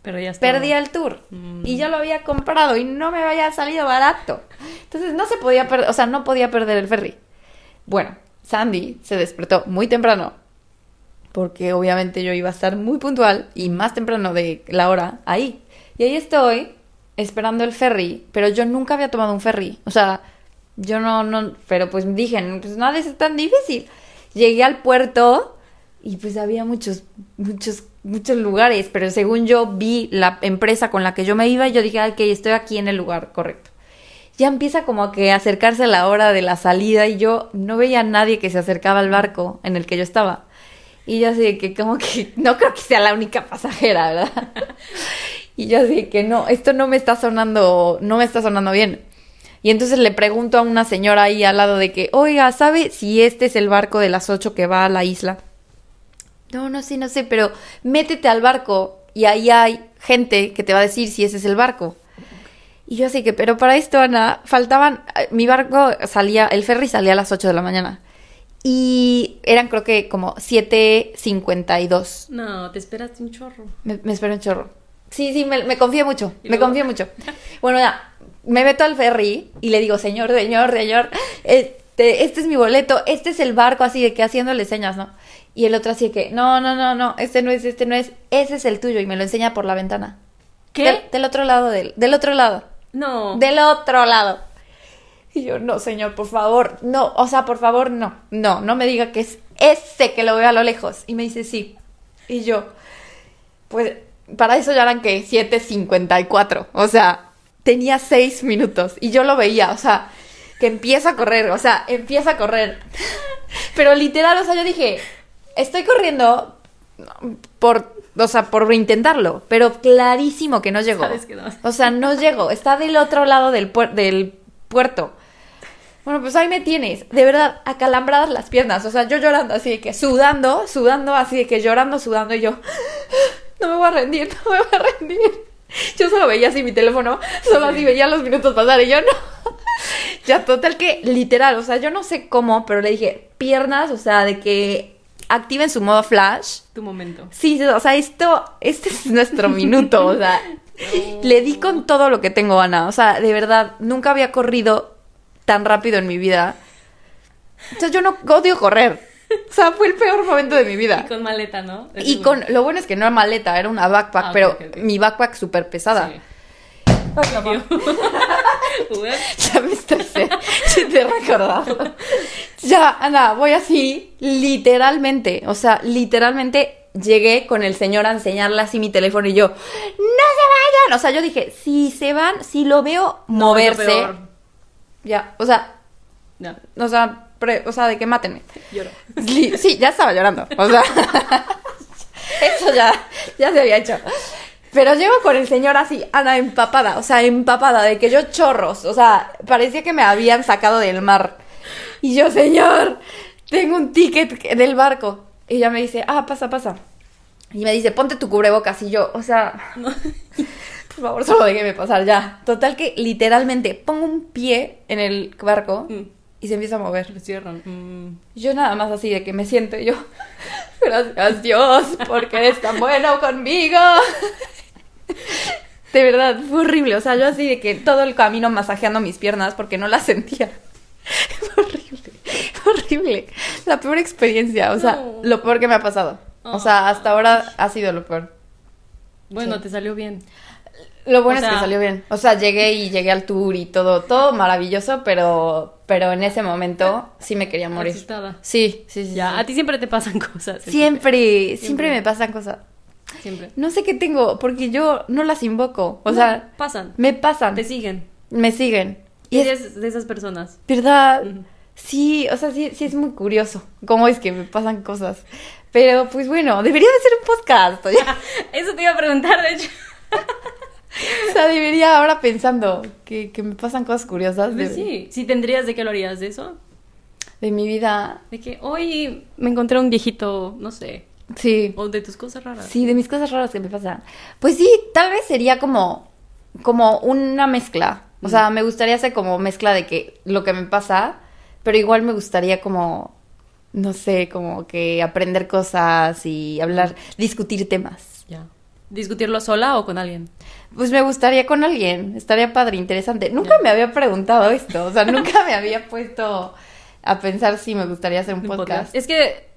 [SPEAKER 1] Pero ya está.
[SPEAKER 2] perdía el tour.
[SPEAKER 1] Mm.
[SPEAKER 2] Y ya lo había comprado y no me había salido barato. Entonces, no se podía perder, o sea, no podía perder el ferry. Bueno, Sandy se despertó muy temprano porque obviamente yo iba a estar muy puntual y más temprano de la hora ahí. Y ahí estoy esperando el ferry, pero yo nunca había tomado un ferry. O sea, yo no, no, pero pues dije, "No, pues nada es tan difícil. Llegué al puerto y pues había muchos, muchos, muchos lugares, pero según yo vi la empresa con la que yo me iba, yo dije, "Ah, ok, estoy aquí en el lugar correcto. Ya empieza como que a acercarse la hora de la salida y yo no veía a nadie que se acercaba al barco en el que yo estaba. Y yo así de que como que no creo que sea la única pasajera, ¿verdad? Y yo así de que no, esto no me está sonando, no me está sonando bien. Y entonces le pregunto a una señora ahí al lado de que, oiga, ¿sabe si este es el barco de las ocho que va a la isla? No, no sé, no sé, pero métete al barco y ahí hay gente que te va a decir si ese es el barco. Y yo así que, pero para esto, Ana, faltaban, eh, mi barco salía, el ferry salía a las 8 de la mañana. Y eran creo que como 7.52.
[SPEAKER 1] No, te esperaste un chorro.
[SPEAKER 2] Me, me esperé un chorro. Sí, sí, me, me confié mucho,
[SPEAKER 1] Y
[SPEAKER 2] me
[SPEAKER 1] luego-
[SPEAKER 2] confié mucho. Bueno, ya, me meto al ferry y le digo, señor, señor, señor, este, este es mi boleto, este es el barco, así de que haciéndole señas, ¿no? Y el otro así de que, no, no, no, no, este no es, este no es, ese es el tuyo. Y me lo enseña por la ventana.
[SPEAKER 1] ¿Qué?
[SPEAKER 2] Del, del otro lado, del, del otro lado.
[SPEAKER 1] No.
[SPEAKER 2] Del otro lado. Y yo, no, señor, por favor, no, o sea, por favor, no, no, no me diga que es ese que lo veo a lo lejos. Y me dice, sí. Y yo, pues, para eso ya eran que 7.54, o sea, tenía 6 minutos y yo lo veía, o sea, que empieza a correr, o sea, empieza a correr. Pero literal, o sea, yo dije, estoy corriendo por, o sea, por intentarlo, pero clarísimo que no llegó.
[SPEAKER 1] Sabes que no.
[SPEAKER 2] O sea, no llegó, está del otro lado del, puer- del puerto. Bueno, pues ahí me tienes, de verdad, acalambradas las piernas, o sea, yo llorando así de que sudando, sudando así de que llorando, sudando y yo, no me voy a rendir, no me voy a rendir. Yo solo veía así mi teléfono, solo así veía los minutos pasar y yo no. Ya total que literal, o sea, yo no sé cómo, pero le dije, piernas, o sea, de que activen su modo flash.
[SPEAKER 1] Tu momento.
[SPEAKER 2] Sí, sí, o sea, esto, este es nuestro minuto, o sea, le di con todo lo que tengo, Ana, o sea, de verdad, nunca había corrido tan rápido en mi vida. O sea, yo no odio correr, o sea, fue el peor momento de mi vida.
[SPEAKER 1] Y con maleta, ¿no?
[SPEAKER 2] Y con, lo bueno es que no era maleta, era una backpack,
[SPEAKER 1] Ah, ok,
[SPEAKER 2] pero
[SPEAKER 1] ok, ok.
[SPEAKER 2] mi backpack súper pesada.
[SPEAKER 1] Sí.
[SPEAKER 2] Ay, no, mamá.
[SPEAKER 1] Ups.
[SPEAKER 2] Ya me estresé. Ya te he recordado. Ya, Ana, voy así, literalmente. O sea, literalmente llegué con el señor a enseñarle así mi teléfono y yo, ¡No se vayan! O sea, yo dije, si se van, si lo veo moverse.
[SPEAKER 1] Es lo peor.
[SPEAKER 2] ya, o sea,
[SPEAKER 1] No,
[SPEAKER 2] o sea, pre- o sea, de que mátenme.
[SPEAKER 1] lloro.
[SPEAKER 2] Li- Sí, ya estaba llorando. O sea, eso ya, ya se había hecho. Pero llego con el señor así, Ana, empapada, o sea, empapada, de que yo chorros, o sea, parecía que me habían sacado del mar. Y yo, señor, tengo un ticket del barco. Y ella me dice, ah, pasa, pasa. Y me dice, ponte tu cubrebocas. Y yo, o sea, por favor, solo déjeme pasar ya. Total que literalmente pongo un pie en el barco
[SPEAKER 1] Mm.
[SPEAKER 2] y se empieza a mover.
[SPEAKER 1] Lo cierran. Mm.
[SPEAKER 2] Yo nada más así de que me siento y yo, gracias Dios, porque eres tan bueno conmigo. De verdad, fue horrible. O sea, yo así de que todo el camino masajeando mis piernas porque no las sentía. Fue horrible, fue horrible. La peor experiencia, o sea,
[SPEAKER 1] No.
[SPEAKER 2] lo peor que me ha pasado. O sea, hasta ahora ha sido lo peor.
[SPEAKER 1] Bueno,
[SPEAKER 2] Sí.
[SPEAKER 1] te salió bien.
[SPEAKER 2] Lo bueno
[SPEAKER 1] O
[SPEAKER 2] es que
[SPEAKER 1] sea-
[SPEAKER 2] salió bien. O sea, llegué y llegué al tour y todo, todo maravilloso, pero, pero en ese momento sí me quería morir.
[SPEAKER 1] Asustada.
[SPEAKER 2] Sí, sí, sí. sí.
[SPEAKER 1] Ya, a ti siempre te pasan cosas.
[SPEAKER 2] Siempre, siempre,
[SPEAKER 1] Siempre.
[SPEAKER 2] me pasan cosas.
[SPEAKER 1] Siempre.
[SPEAKER 2] No sé qué tengo, porque yo no las invoco. O sea,
[SPEAKER 1] No, pasan.
[SPEAKER 2] me pasan,
[SPEAKER 1] Te siguen.
[SPEAKER 2] me siguen. Y es
[SPEAKER 1] Eres de esas personas.
[SPEAKER 2] verdad.
[SPEAKER 1] Ujú.
[SPEAKER 2] Sí, o sea, sí, sí es muy curioso cómo es que me pasan cosas. Pero pues bueno, debería de ser un podcast. oye.
[SPEAKER 1] Eso te iba a preguntar, de hecho.
[SPEAKER 2] O sea, debería ahora pensando que, que me pasan cosas curiosas de,
[SPEAKER 1] Pues sí. Si tendrías, ¿de qué lo harías? ¿De eso?
[SPEAKER 2] de mi vida.
[SPEAKER 1] De que hoy me encontré un viejito, no sé.
[SPEAKER 2] Sí.
[SPEAKER 1] O de tus cosas raras.
[SPEAKER 2] Sí, de mis cosas raras que me pasan. Pues sí, tal vez sería como, como una mezcla. O sea, me gustaría hacer como mezcla de que lo que me pasa, pero igual me gustaría como, no sé, como que aprender cosas y hablar, discutir temas.
[SPEAKER 1] Ya. ¿Discutirlo sola o con alguien?
[SPEAKER 2] Pues me gustaría con alguien, estaría padre, interesante. Nunca me había preguntado esto, o sea, nunca me había puesto a pensar si me gustaría hacer un
[SPEAKER 1] Un podcast.
[SPEAKER 2] podcast.
[SPEAKER 1] Es que,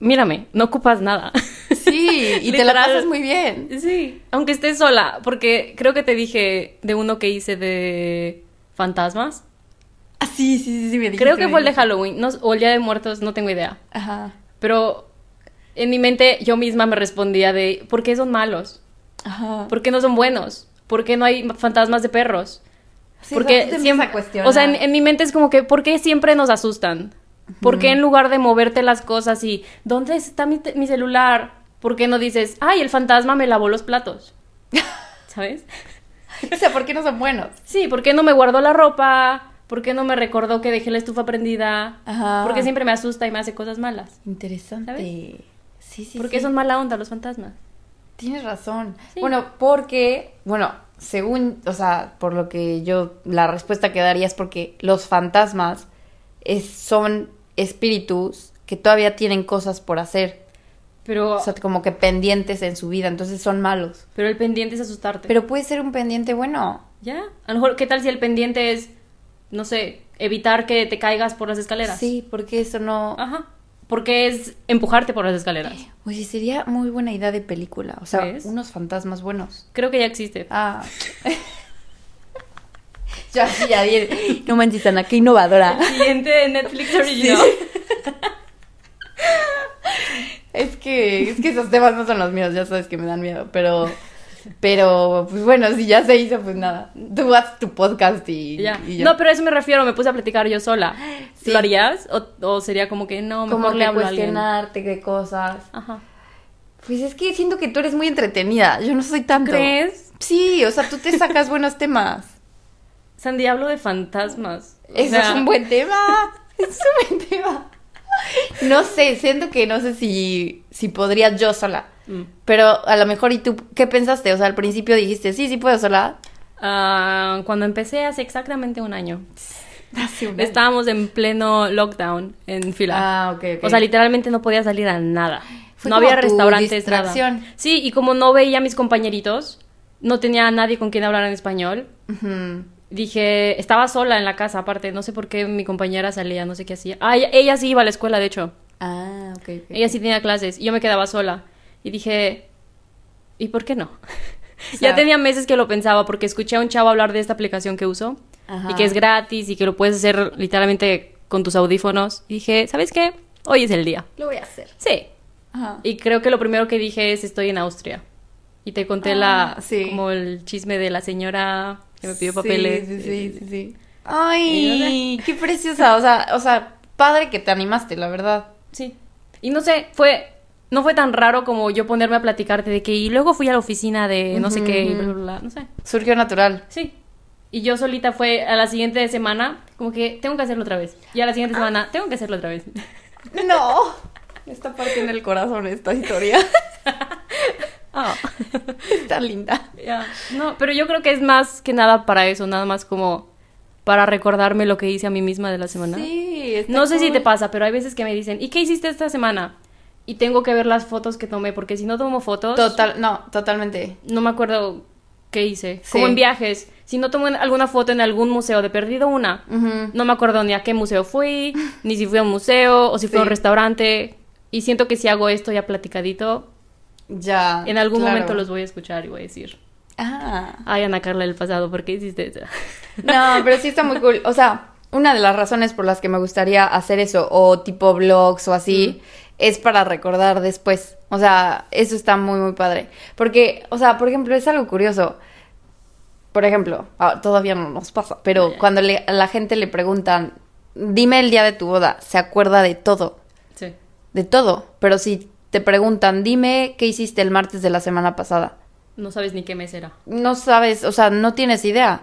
[SPEAKER 1] mírame, no ocupas nada.
[SPEAKER 2] Sí, y te la
[SPEAKER 1] Literal.
[SPEAKER 2] pasas muy bien.
[SPEAKER 1] Sí, aunque estés sola, porque creo que te dije de uno que hice de fantasmas.
[SPEAKER 2] Ah, sí, sí, sí, sí, me dijiste,
[SPEAKER 1] Creo que
[SPEAKER 2] me
[SPEAKER 1] fue el de
[SPEAKER 2] dijiste.
[SPEAKER 1] Halloween, no- o el Día de Muertos, no tengo idea.
[SPEAKER 2] Ajá,
[SPEAKER 1] Pero en mi mente yo misma me respondía de, ¿por qué son malos?
[SPEAKER 2] ajá.
[SPEAKER 1] ¿Por qué no son buenos? ¿Por qué no hay fantasmas de perros? porque siempre, o sea, en, en mi mente es como que, ¿por qué siempre nos asustan? ¿Por qué en lugar de moverte las cosas y, ¿dónde está mi, te- mi celular? ¿Por qué no dices, ay, el fantasma me lavó los platos? ¿Sabes?
[SPEAKER 2] o sea, ¿por qué no son buenos?
[SPEAKER 1] Sí, ¿por qué no me guardó la ropa? ¿Por qué no me recordó que dejé la estufa prendida?
[SPEAKER 2] Ajá.
[SPEAKER 1] Porque siempre me asusta y me hace cosas malas.
[SPEAKER 2] Interesante.
[SPEAKER 1] ¿Sabes?
[SPEAKER 2] Sí, sí.
[SPEAKER 1] Porque
[SPEAKER 2] sí.
[SPEAKER 1] son mala onda los fantasmas.
[SPEAKER 2] Tienes razón.
[SPEAKER 1] Sí.
[SPEAKER 2] Bueno, porque, bueno, según, o sea, por lo que yo, la respuesta que daría es porque los fantasmas es- son espíritus que todavía tienen cosas por hacer,
[SPEAKER 1] Pero,
[SPEAKER 2] o sea, como que pendientes en su vida, entonces son malos.
[SPEAKER 1] pero el pendiente es asustarte.
[SPEAKER 2] Pero puede ser un pendiente bueno.
[SPEAKER 1] ¿Ya? A lo mejor, ¿qué tal si el pendiente es, no sé, evitar que te caigas por las escaleras?
[SPEAKER 2] Sí, porque eso no...
[SPEAKER 1] Ajá. Porque es empujarte por las escaleras.
[SPEAKER 2] Oye, sería muy buena idea de película, o sea,
[SPEAKER 1] ¿Ves?
[SPEAKER 2] unos fantasmas buenos.
[SPEAKER 1] Creo que ya existe.
[SPEAKER 2] Ah. Yo así ya bien. No manches, Ana, qué innovadora.
[SPEAKER 1] Siguiente Netflix original.
[SPEAKER 2] Es que, es que esos temas no son los míos, ya sabes que me dan miedo, pero. Pero, pues bueno, si ya se hizo, pues nada. Tú haz tu podcast y.
[SPEAKER 1] Ya.
[SPEAKER 2] y yo.
[SPEAKER 1] No, pero a eso me refiero, me puse a platicar yo sola.
[SPEAKER 2] Sí.
[SPEAKER 1] ¿Lo harías? ¿O, o sería como que no, mejor
[SPEAKER 2] como
[SPEAKER 1] le
[SPEAKER 2] que
[SPEAKER 1] hablo a alguien?
[SPEAKER 2] cuestionarte qué cosas.
[SPEAKER 1] Ajá.
[SPEAKER 2] Pues es que siento que tú eres muy entretenida. Yo no soy tanto.
[SPEAKER 1] ¿Crees?
[SPEAKER 2] Sí, o sea, tú te sacas buenos temas.
[SPEAKER 1] Sandy, hablo de fantasmas. O
[SPEAKER 2] Eso
[SPEAKER 1] sea,
[SPEAKER 2] es un buen tema. Es un buen tema. No sé, siento que no sé si, si podría yo sola.
[SPEAKER 1] Mm.
[SPEAKER 2] Pero a lo mejor, ¿y tú qué pensaste? O sea, al principio dijiste, sí, sí puedo sola.
[SPEAKER 1] Ah, cuando empecé hace exactamente un año,
[SPEAKER 2] Hace un
[SPEAKER 1] estábamos en pleno lockdown en fila.
[SPEAKER 2] Ah, ok, ok.
[SPEAKER 1] O sea, literalmente no podía salir a nada.
[SPEAKER 2] Fue
[SPEAKER 1] no
[SPEAKER 2] como
[SPEAKER 1] había
[SPEAKER 2] tu
[SPEAKER 1] restaurantes, nada.
[SPEAKER 2] distracción.
[SPEAKER 1] Sí, y como no veía a mis compañeritos, no tenía a nadie con quien hablar en español.
[SPEAKER 2] Ujú.
[SPEAKER 1] Dije, estaba sola en la casa, aparte, no sé por qué mi compañera salía, no sé qué hacía. Ah, ella, ella sí iba a la escuela, de hecho.
[SPEAKER 2] Ah, ok, ok.
[SPEAKER 1] Ella sí tenía clases y yo me quedaba sola. Y dije, ¿y por qué no?
[SPEAKER 2] O sea-
[SPEAKER 1] ya tenía meses que lo pensaba porque escuché a un chavo hablar de esta aplicación que uso
[SPEAKER 2] Ajá.
[SPEAKER 1] y que es gratis y que lo puedes hacer literalmente con tus audífonos. Y dije, ¿sabes qué? Hoy es el día.
[SPEAKER 2] Lo voy a hacer.
[SPEAKER 1] Sí.
[SPEAKER 2] Ajá.
[SPEAKER 1] Y creo que lo primero que dije es estoy en Austria. Y te conté
[SPEAKER 2] Ah,
[SPEAKER 1] la
[SPEAKER 2] sí.
[SPEAKER 1] como el chisme de la señora que me pidió
[SPEAKER 2] Sí,
[SPEAKER 1] papeles.
[SPEAKER 2] Sí, sí, sí, sí.
[SPEAKER 1] Y
[SPEAKER 2] Ay, qué preciosa. O sea, o sea, padre que te animaste, la verdad.
[SPEAKER 1] Sí. Y no sé, fue no fue tan raro como yo ponerme a platicarte de que y luego fui a la oficina de no sé qué y bla bla bla, no sé.
[SPEAKER 2] Surgió natural.
[SPEAKER 1] Sí. Y yo solita fue a la siguiente semana como que tengo que hacerlo otra vez. Y a la
[SPEAKER 2] Ah.
[SPEAKER 1] siguiente semana tengo que hacerlo otra vez.
[SPEAKER 2] No. Me está partiendo el corazón esta historia.
[SPEAKER 1] Ah.
[SPEAKER 2] Está linda.
[SPEAKER 1] Ya. No, pero yo creo que es más que nada para eso, nada más como para recordarme lo que hice a mí misma de la semana.
[SPEAKER 2] Sí, está
[SPEAKER 1] No sé si
[SPEAKER 2] cool.
[SPEAKER 1] te pasa, pero hay veces que me dicen, ¿y qué hiciste esta semana? Y tengo que ver las fotos que tomé, porque si no tomo fotos,
[SPEAKER 2] Total, no, totalmente.
[SPEAKER 1] no me acuerdo qué hice.
[SPEAKER 2] Sí.
[SPEAKER 1] Como en viajes, si no tomo en- alguna foto en algún museo, de perdido una,
[SPEAKER 2] Ujú.
[SPEAKER 1] no me acuerdo ni a qué museo fui, ni si fui a un museo, o si fui a un
[SPEAKER 2] Sí.
[SPEAKER 1] restaurante. Y siento que si hago esto ya platicadito,
[SPEAKER 2] Ya.
[SPEAKER 1] en algún
[SPEAKER 2] Ah, claro.
[SPEAKER 1] momento los voy a escuchar y voy a decir,
[SPEAKER 2] Ah.
[SPEAKER 1] ay, Ana Carla del pasado, ¿por qué hiciste eso?
[SPEAKER 2] No, pero sí está muy cool. O sea, una de las razones por las que me gustaría hacer eso, o tipo blogs o así, es para recordar después. O sea, eso está muy, muy padre. Porque, o sea, por ejemplo, es algo curioso. Por ejemplo, ah, todavía no nos pasa, pero
[SPEAKER 1] Ah, Ya.
[SPEAKER 2] cuando le- a la gente le preguntan, dime el día de tu boda, se acuerda de todo,
[SPEAKER 1] Sí.
[SPEAKER 2] de todo. Pero si te preguntan, dime qué hiciste el martes de la semana pasada,
[SPEAKER 1] No sabes ni qué mes era.
[SPEAKER 2] no sabes, o sea, no tienes idea.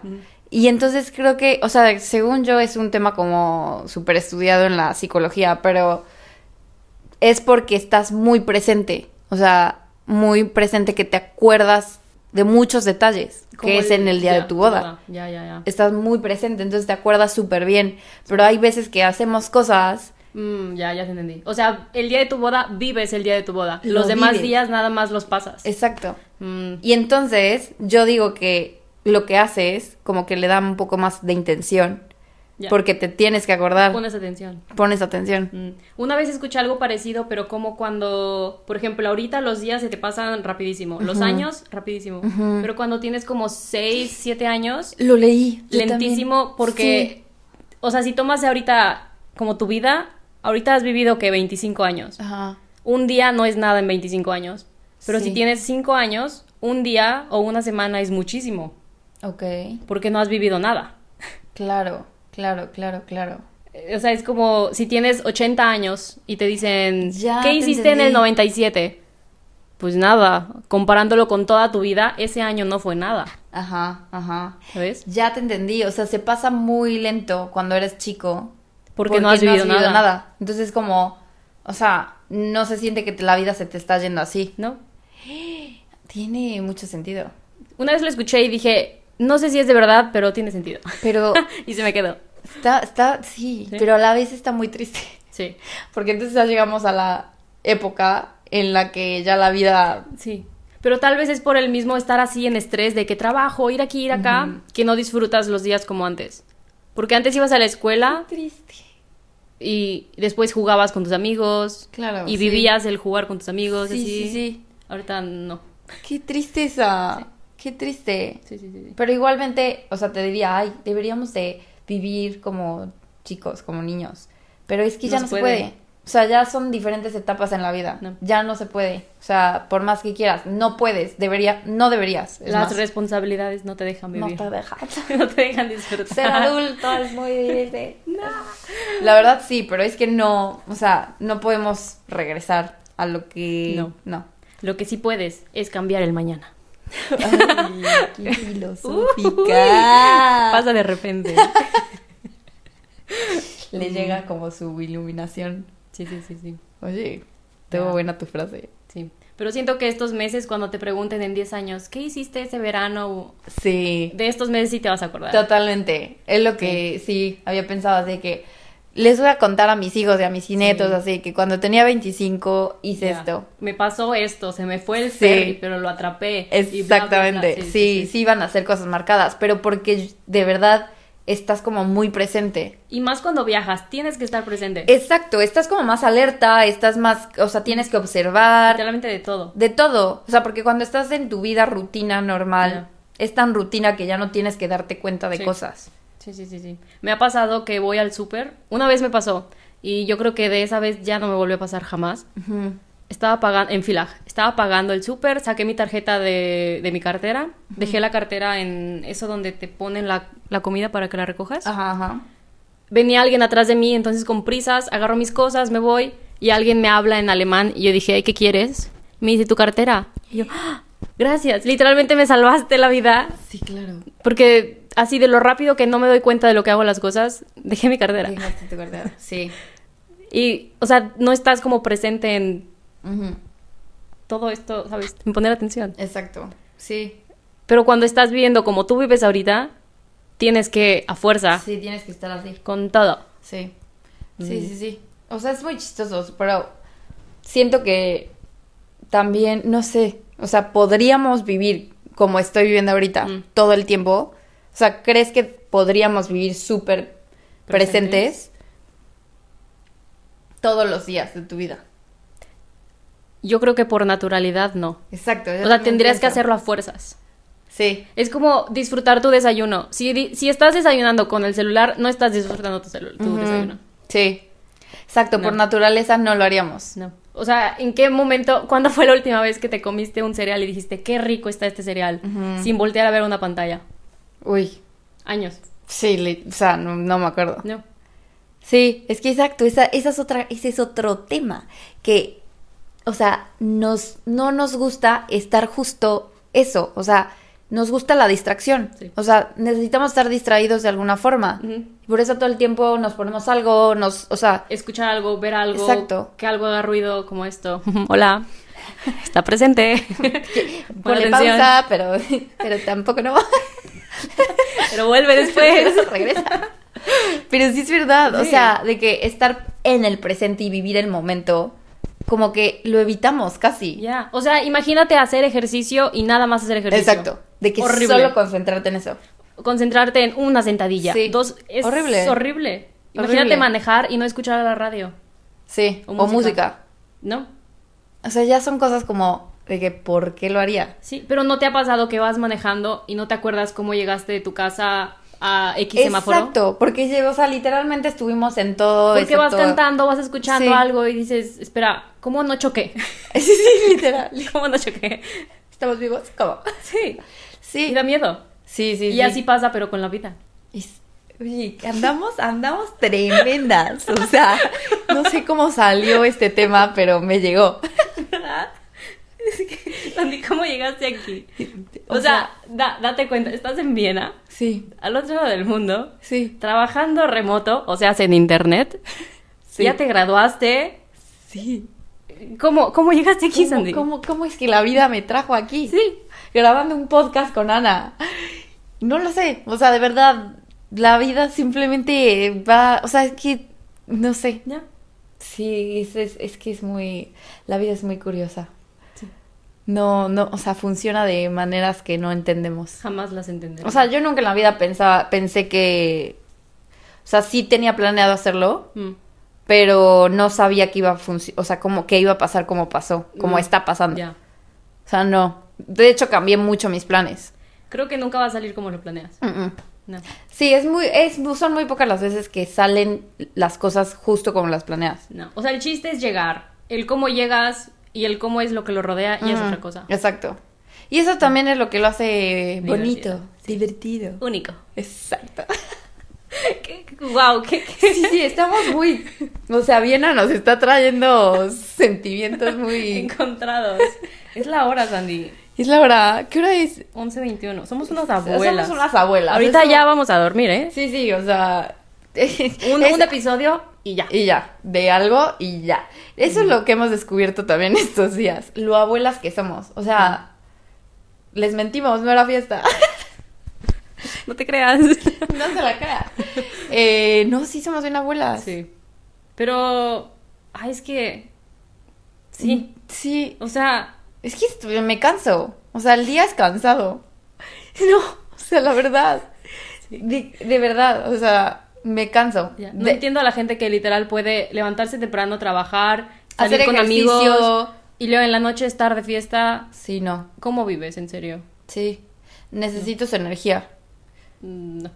[SPEAKER 2] Y entonces creo que, o sea, según yo es un tema como súper estudiado en la psicología, pero es porque estás muy presente, o sea, muy presente que te acuerdas de muchos detalles,
[SPEAKER 1] Como
[SPEAKER 2] que es en el día
[SPEAKER 1] ya,
[SPEAKER 2] de tu boda.
[SPEAKER 1] Ya, ya, ya.
[SPEAKER 2] Estás muy presente, entonces te acuerdas súper bien, pero hay veces que hacemos cosas
[SPEAKER 1] Mm, ya, ya te entendí. O sea, el día de tu boda vives el día de tu boda.
[SPEAKER 2] Lo
[SPEAKER 1] Los demás
[SPEAKER 2] vives.
[SPEAKER 1] días nada más los pasas.
[SPEAKER 2] Exacto.
[SPEAKER 1] Mm,
[SPEAKER 2] Y entonces yo digo que lo que haces como que le da un poco más de intención,
[SPEAKER 1] ya.
[SPEAKER 2] porque te tienes que acordar.
[SPEAKER 1] pones atención.
[SPEAKER 2] pones atención.
[SPEAKER 1] Mm. Una vez escuché algo parecido, pero como cuando, por ejemplo, ahorita los días se te pasan rapidísimo, los años rapidísimo, pero cuando tienes como 6, 7 años,
[SPEAKER 2] Lo leí. yo
[SPEAKER 1] lentísimo
[SPEAKER 2] también.
[SPEAKER 1] porque, o sea, si tomas ahorita como tu vida, ahorita has vivido que 25 años.
[SPEAKER 2] Sí. Ajá.
[SPEAKER 1] un día no es nada en 25 años. Pero
[SPEAKER 2] Sí.
[SPEAKER 1] si tienes 5 años, un día o una semana es muchísimo,
[SPEAKER 2] Ok.
[SPEAKER 1] porque no has vivido nada.
[SPEAKER 2] Claro, claro, claro, claro.
[SPEAKER 1] Eh, O sea, es como si tienes 80 años y te dicen,
[SPEAKER 2] Ya,
[SPEAKER 1] ¿qué
[SPEAKER 2] te
[SPEAKER 1] hiciste en
[SPEAKER 2] entendí.
[SPEAKER 1] el 97? Pues nada, comparándolo con toda tu vida, ese año no fue nada,
[SPEAKER 2] Ajá, ajá.
[SPEAKER 1] ¿sabes?
[SPEAKER 2] Ya te entendí. O sea, se pasa muy lento cuando eres chico.
[SPEAKER 1] Porque, no has vivido, nada.
[SPEAKER 2] Entonces, como, o sea, no se siente que te- la vida se te está yendo así.
[SPEAKER 1] ¿No?
[SPEAKER 2] Tiene mucho sentido.
[SPEAKER 1] Una vez lo escuché y dije, no sé si es de verdad, pero tiene sentido.
[SPEAKER 2] Pero
[SPEAKER 1] y se me quedó.
[SPEAKER 2] está, está, sí,
[SPEAKER 1] Sí.
[SPEAKER 2] pero a la vez está muy triste.
[SPEAKER 1] Sí,
[SPEAKER 2] Porque entonces ya llegamos a la época en la que ya la vida
[SPEAKER 1] Sí. Pero tal vez es por el mismo estar así en estrés de que trabajo, ir aquí, ir acá, que no disfrutas los días como antes. Porque antes ibas a la escuela
[SPEAKER 2] triste.
[SPEAKER 1] y después jugabas con tus amigos.
[SPEAKER 2] Claro,
[SPEAKER 1] Y
[SPEAKER 2] sí.
[SPEAKER 1] vivías el jugar con tus amigos.
[SPEAKER 2] Sí,
[SPEAKER 1] así.
[SPEAKER 2] sí, sí.
[SPEAKER 1] Ahorita no.
[SPEAKER 2] Qué tristeza. Qué triste.
[SPEAKER 1] Sí, sí, sí. sí.
[SPEAKER 2] Pero igualmente, o sea, te diría, ay, deberíamos de vivir como chicos, como niños. Pero es que ya
[SPEAKER 1] No
[SPEAKER 2] no,
[SPEAKER 1] se
[SPEAKER 2] se
[SPEAKER 1] puede.
[SPEAKER 2] puede. O sea, ya son diferentes etapas en la vida.
[SPEAKER 1] No.
[SPEAKER 2] Ya no se puede. O sea, por más que quieras, no puedes. Debería, no deberías. Es
[SPEAKER 1] Las
[SPEAKER 2] más,
[SPEAKER 1] responsabilidades no te dejan
[SPEAKER 2] no
[SPEAKER 1] vivir.
[SPEAKER 2] te dejas.
[SPEAKER 1] No te dejan disfrutar.
[SPEAKER 2] Ser adulto es muy difícil. La verdad sí, pero es que no, o sea, no podemos regresar a lo que...
[SPEAKER 1] No.
[SPEAKER 2] No.
[SPEAKER 1] Lo que sí puedes es cambiar el mañana.
[SPEAKER 2] Ay, qué
[SPEAKER 1] Uy,
[SPEAKER 2] filosófica.
[SPEAKER 1] Pasa de repente.
[SPEAKER 2] Le llega como su iluminación.
[SPEAKER 1] Sí, sí, sí, sí.
[SPEAKER 2] Oye, tengo
[SPEAKER 1] Ya.
[SPEAKER 2] buena tu frase.
[SPEAKER 1] Sí. Pero siento que estos meses, cuando te pregunten en 10 años, ¿qué hiciste ese verano? o-
[SPEAKER 2] Sí,
[SPEAKER 1] De estos meses sí te vas a acordar.
[SPEAKER 2] totalmente. Es lo que sí había pensado, así que les voy a contar a mis hijos y a mis nietos,
[SPEAKER 1] Sí.
[SPEAKER 2] así que cuando tenía 25 hice
[SPEAKER 1] Ya.
[SPEAKER 2] esto.
[SPEAKER 1] Me pasó esto, se me fue el
[SPEAKER 2] Sí.
[SPEAKER 1] ferry, pero lo atrapé. y bla, bla, bla.
[SPEAKER 2] Exactamente, sí, sí van a ser cosas marcadas, pero porque de verdad estás como muy presente.
[SPEAKER 1] Y más cuando viajas, tienes que estar presente.
[SPEAKER 2] Exacto, estás como más alerta, estás más, o sea, tienes que observar,
[SPEAKER 1] Literalmente de todo.
[SPEAKER 2] de todo, o sea, porque cuando estás en tu vida rutina normal, es tan rutina que ya no tienes que darte cuenta de
[SPEAKER 1] Sí.
[SPEAKER 2] cosas.
[SPEAKER 1] Sí, sí, sí, sí. Me ha pasado que voy al súper. Una vez me pasó. Y yo creo que de esa vez ya no me volvió a pasar jamás. Estaba pagando, en fila, estaba pagando el súper, saqué mi tarjeta de, de mi cartera, dejé la cartera en eso donde te ponen la, la comida para que la recojas.
[SPEAKER 2] Ajá, ajá.
[SPEAKER 1] venía alguien atrás de mí, entonces con prisas agarro mis cosas, me voy y alguien me habla en alemán y yo dije, "Ay, ¿qué quieres? Me dice tu cartera. Y yo, "Ah, gracias, literalmente me salvaste la vida
[SPEAKER 2] Sí, claro.
[SPEAKER 1] porque así de lo rápido que no me doy cuenta de lo que hago las cosas, dejé mi cartera.
[SPEAKER 2] Dejaste tu guardada. Sí.
[SPEAKER 1] Y, o sea, no estás como presente en,
[SPEAKER 2] Ujú.
[SPEAKER 1] todo esto, ¿sabes? Sin poner atención.
[SPEAKER 2] Exacto. Sí.
[SPEAKER 1] Pero cuando estás viviendo como tú vives ahorita, tienes que, a fuerza,
[SPEAKER 2] Sí, tienes que estar así.
[SPEAKER 1] con todo.
[SPEAKER 2] Sí.
[SPEAKER 1] Mm.
[SPEAKER 2] Sí, sí, sí. O sea, es muy chistoso, pero siento que también, no sé, o sea, podríamos vivir como estoy viviendo ahorita
[SPEAKER 1] Mm.
[SPEAKER 2] todo el tiempo. O sea, ¿crees que podríamos vivir súper presentes todos los días de tu vida?
[SPEAKER 1] Yo creo que por naturalidad no.
[SPEAKER 2] Exacto. yo
[SPEAKER 1] O sea,
[SPEAKER 2] también
[SPEAKER 1] tendrías que
[SPEAKER 2] pienso.
[SPEAKER 1] hacerlo a fuerzas.
[SPEAKER 2] Sí.
[SPEAKER 1] Es como disfrutar tu desayuno. Si, di- si estás desayunando con el celular, no estás disfrutando tu, celu- tu
[SPEAKER 2] Ujú.
[SPEAKER 1] desayuno.
[SPEAKER 2] Sí. Exacto, por
[SPEAKER 1] No.
[SPEAKER 2] naturaleza no lo haríamos.
[SPEAKER 1] No. O sea, ¿en qué momento, cuándo fue la última vez que te comiste un cereal y dijiste, qué rico está este cereal,
[SPEAKER 2] Ujú.
[SPEAKER 1] sin voltear a ver una pantalla?
[SPEAKER 2] Uy.
[SPEAKER 1] Años.
[SPEAKER 2] Sí, li- o sea, no, no me acuerdo.
[SPEAKER 1] No.
[SPEAKER 2] Sí, es que exacto, esa, esa es otra, ese es otro tema que, o sea, nos, no nos gusta estar justo eso, o sea, nos gusta la distracción,
[SPEAKER 1] Sí.
[SPEAKER 2] o sea, necesitamos estar distraídos de alguna forma,
[SPEAKER 1] Ujú.
[SPEAKER 2] por eso todo el tiempo nos ponemos algo, nos, o sea,
[SPEAKER 1] Escuchar algo, ver algo,
[SPEAKER 2] Exacto.
[SPEAKER 1] que algo haga ruido como esto. Hola. Está presente. Pon
[SPEAKER 2] ponle
[SPEAKER 1] atención.
[SPEAKER 2] pausa, pero, pero tampoco no,
[SPEAKER 1] Pero vuelve después.
[SPEAKER 2] regresa. Pero sí es verdad, o
[SPEAKER 1] Sí.
[SPEAKER 2] sea, de que estar en el presente y vivir el momento, como que lo evitamos casi.
[SPEAKER 1] Ya. O sea, imagínate hacer ejercicio y nada más hacer ejercicio.
[SPEAKER 2] Exacto. De que
[SPEAKER 1] Horrible.
[SPEAKER 2] solo concentrarte en eso.
[SPEAKER 1] Concentrarte en una sentadilla.
[SPEAKER 2] Sí.
[SPEAKER 1] Dos. Es
[SPEAKER 2] Horrible.
[SPEAKER 1] horrible. Imagínate
[SPEAKER 2] Horrible.
[SPEAKER 1] manejar y no escuchar la radio.
[SPEAKER 2] Sí. O,
[SPEAKER 1] O
[SPEAKER 2] música.
[SPEAKER 1] música. ¿No?
[SPEAKER 2] O sea, ya son cosas como de que ¿por qué lo haría?
[SPEAKER 1] Sí, pero ¿no te ha pasado que vas manejando y no te acuerdas cómo llegaste de tu casa a X semáforo?
[SPEAKER 2] Exacto, porque o sea, literalmente estuvimos en todo
[SPEAKER 1] Porque vas
[SPEAKER 2] excepto-
[SPEAKER 1] cantando, vas escuchando
[SPEAKER 2] Sí.
[SPEAKER 1] algo y dices, espera, ¿cómo no choqué?
[SPEAKER 2] Sí, sí, literal.
[SPEAKER 1] ¿Cómo no choqué?
[SPEAKER 2] ¿Estamos vivos? ¿Cómo?
[SPEAKER 1] Sí.
[SPEAKER 2] Sí.
[SPEAKER 1] Y da miedo.
[SPEAKER 2] Sí, sí,
[SPEAKER 1] y
[SPEAKER 2] sí.
[SPEAKER 1] así pasa, pero con la vida.
[SPEAKER 2] Y s- Oye, andamos, andamos tremendas. O sea, no sé cómo salió este tema, pero me llegó.
[SPEAKER 1] Andy, ¿Cómo llegaste aquí?
[SPEAKER 2] O
[SPEAKER 1] O, sea, da- date cuenta, estás en Viena,
[SPEAKER 2] Sí,
[SPEAKER 1] al otro lado del mundo,
[SPEAKER 2] sí,
[SPEAKER 1] trabajando remoto, o sea, en internet.
[SPEAKER 2] Sí.
[SPEAKER 1] Ya te graduaste.
[SPEAKER 2] sí.
[SPEAKER 1] ¿Cómo, cómo llegaste aquí,
[SPEAKER 2] ¿Cómo-
[SPEAKER 1] Sandy?
[SPEAKER 2] cómo, cómo es que la vida me trajo aquí?
[SPEAKER 1] Sí.
[SPEAKER 2] grabando un podcast con Ana. No lo sé, o sea, de verdad, la vida simplemente va, o sea, es que, no sé,
[SPEAKER 1] Ya.
[SPEAKER 2] sí, es, es- es que es muy, la vida es muy curiosa. No, no, o sea, funciona de maneras que no entendemos.
[SPEAKER 1] Jamás las entenderé.
[SPEAKER 2] O sea, yo nunca en la vida pensaba, pensé que, o sea, sí tenía planeado hacerlo,
[SPEAKER 1] Mm.
[SPEAKER 2] pero no sabía que iba a funcionar, o sea, como que iba a pasar como pasó, como
[SPEAKER 1] Mm.
[SPEAKER 2] está pasando.
[SPEAKER 1] Ya.
[SPEAKER 2] O sea, no. De hecho, cambié mucho mis planes.
[SPEAKER 1] Creo que nunca va a salir como lo planeas.
[SPEAKER 2] Mm, mm.
[SPEAKER 1] No.
[SPEAKER 2] Sí, es muy, es, son muy pocas las veces que salen las cosas justo como las planeas.
[SPEAKER 1] No. O sea, el chiste es llegar. El cómo llegas y el cómo es lo que lo rodea y es
[SPEAKER 2] Ujú,
[SPEAKER 1] otra cosa.
[SPEAKER 2] Exacto. Y eso también es lo que lo hace
[SPEAKER 1] Divertido,
[SPEAKER 2] bonito, divertido.
[SPEAKER 1] Único.
[SPEAKER 2] Exacto.
[SPEAKER 1] Wow, ¿qué, qué?
[SPEAKER 2] Sí, sí, estamos muy, o sea, Viena nos está trayendo sentimientos muy.
[SPEAKER 1] encontrados. Es la hora, Sandy.
[SPEAKER 2] Es la hora, ¿qué hora es?
[SPEAKER 1] 11.21. Somos unas abuelas.
[SPEAKER 2] Somos unas abuelas.
[SPEAKER 1] Ahorita
[SPEAKER 2] Eso-
[SPEAKER 1] ya vamos a dormir, ¿eh?
[SPEAKER 2] Sí, sí, o sea,
[SPEAKER 1] Un,
[SPEAKER 2] es-
[SPEAKER 1] un episodio y ya.
[SPEAKER 2] Y ya, de algo y ya. Eso es lo que hemos descubierto también estos días. Lo abuelas que somos. O sea, les mentimos, no era fiesta.
[SPEAKER 1] No te creas.
[SPEAKER 2] no se la cara. Eh, no, sí somos bien abuelas.
[SPEAKER 1] Sí. Pero. Ay, es que. Sí.
[SPEAKER 2] Sí.
[SPEAKER 1] O sea.
[SPEAKER 2] Es que est- me canso. O sea, el día es cansado. No, o sea, la verdad. De, de verdad, o sea, me canso.
[SPEAKER 1] ya, No
[SPEAKER 2] De-
[SPEAKER 1] entiendo a la gente que literal puede levantarse temprano, trabajar, salir
[SPEAKER 2] Hacer
[SPEAKER 1] con
[SPEAKER 2] ejercicio.
[SPEAKER 1] amigos. Y luego en la noche estar de fiesta.
[SPEAKER 2] Sí, no.
[SPEAKER 1] ¿Cómo vives, en serio?
[SPEAKER 2] Sí. Necesito su energía.
[SPEAKER 1] Mm, No.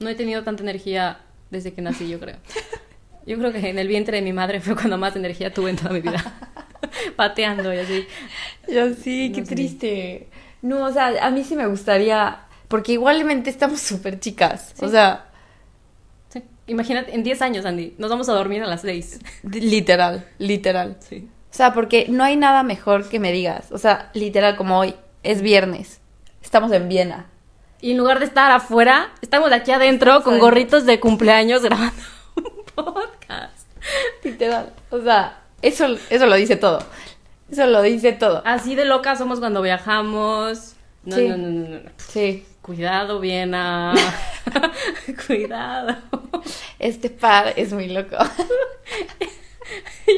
[SPEAKER 1] No he tenido tanta energía desde que nací, yo creo. Yo creo que en el vientre de mi madre fue cuando más energía tuve en toda mi vida. Pateando y así.
[SPEAKER 2] Yo sí, qué
[SPEAKER 1] No sé.
[SPEAKER 2] triste. No, o sea, a mí sí me gustaría, porque igualmente estamos súper chicas. O
[SPEAKER 1] Sí.
[SPEAKER 2] sea,
[SPEAKER 1] Sí. Imagínate, en 10 años, Andy, nos vamos a dormir a las 6.
[SPEAKER 2] de- literal, literal.
[SPEAKER 1] Sí.
[SPEAKER 2] O sea, porque no hay nada mejor que me digas. O sea, literal, como hoy, es viernes, estamos en Viena.
[SPEAKER 1] Y en lugar de estar afuera, estamos aquí adentro con
[SPEAKER 2] Adentro.
[SPEAKER 1] gorritos de cumpleaños grabando un podcast.
[SPEAKER 2] Literal. O sea, eso, eso lo dice todo. Eso lo dice todo.
[SPEAKER 1] Así de locas somos cuando viajamos. No,
[SPEAKER 2] Sí.
[SPEAKER 1] no, no, no, no, no.
[SPEAKER 2] Sí.
[SPEAKER 1] Cuidado, Viena. Cuidado.
[SPEAKER 2] Este par es muy loco.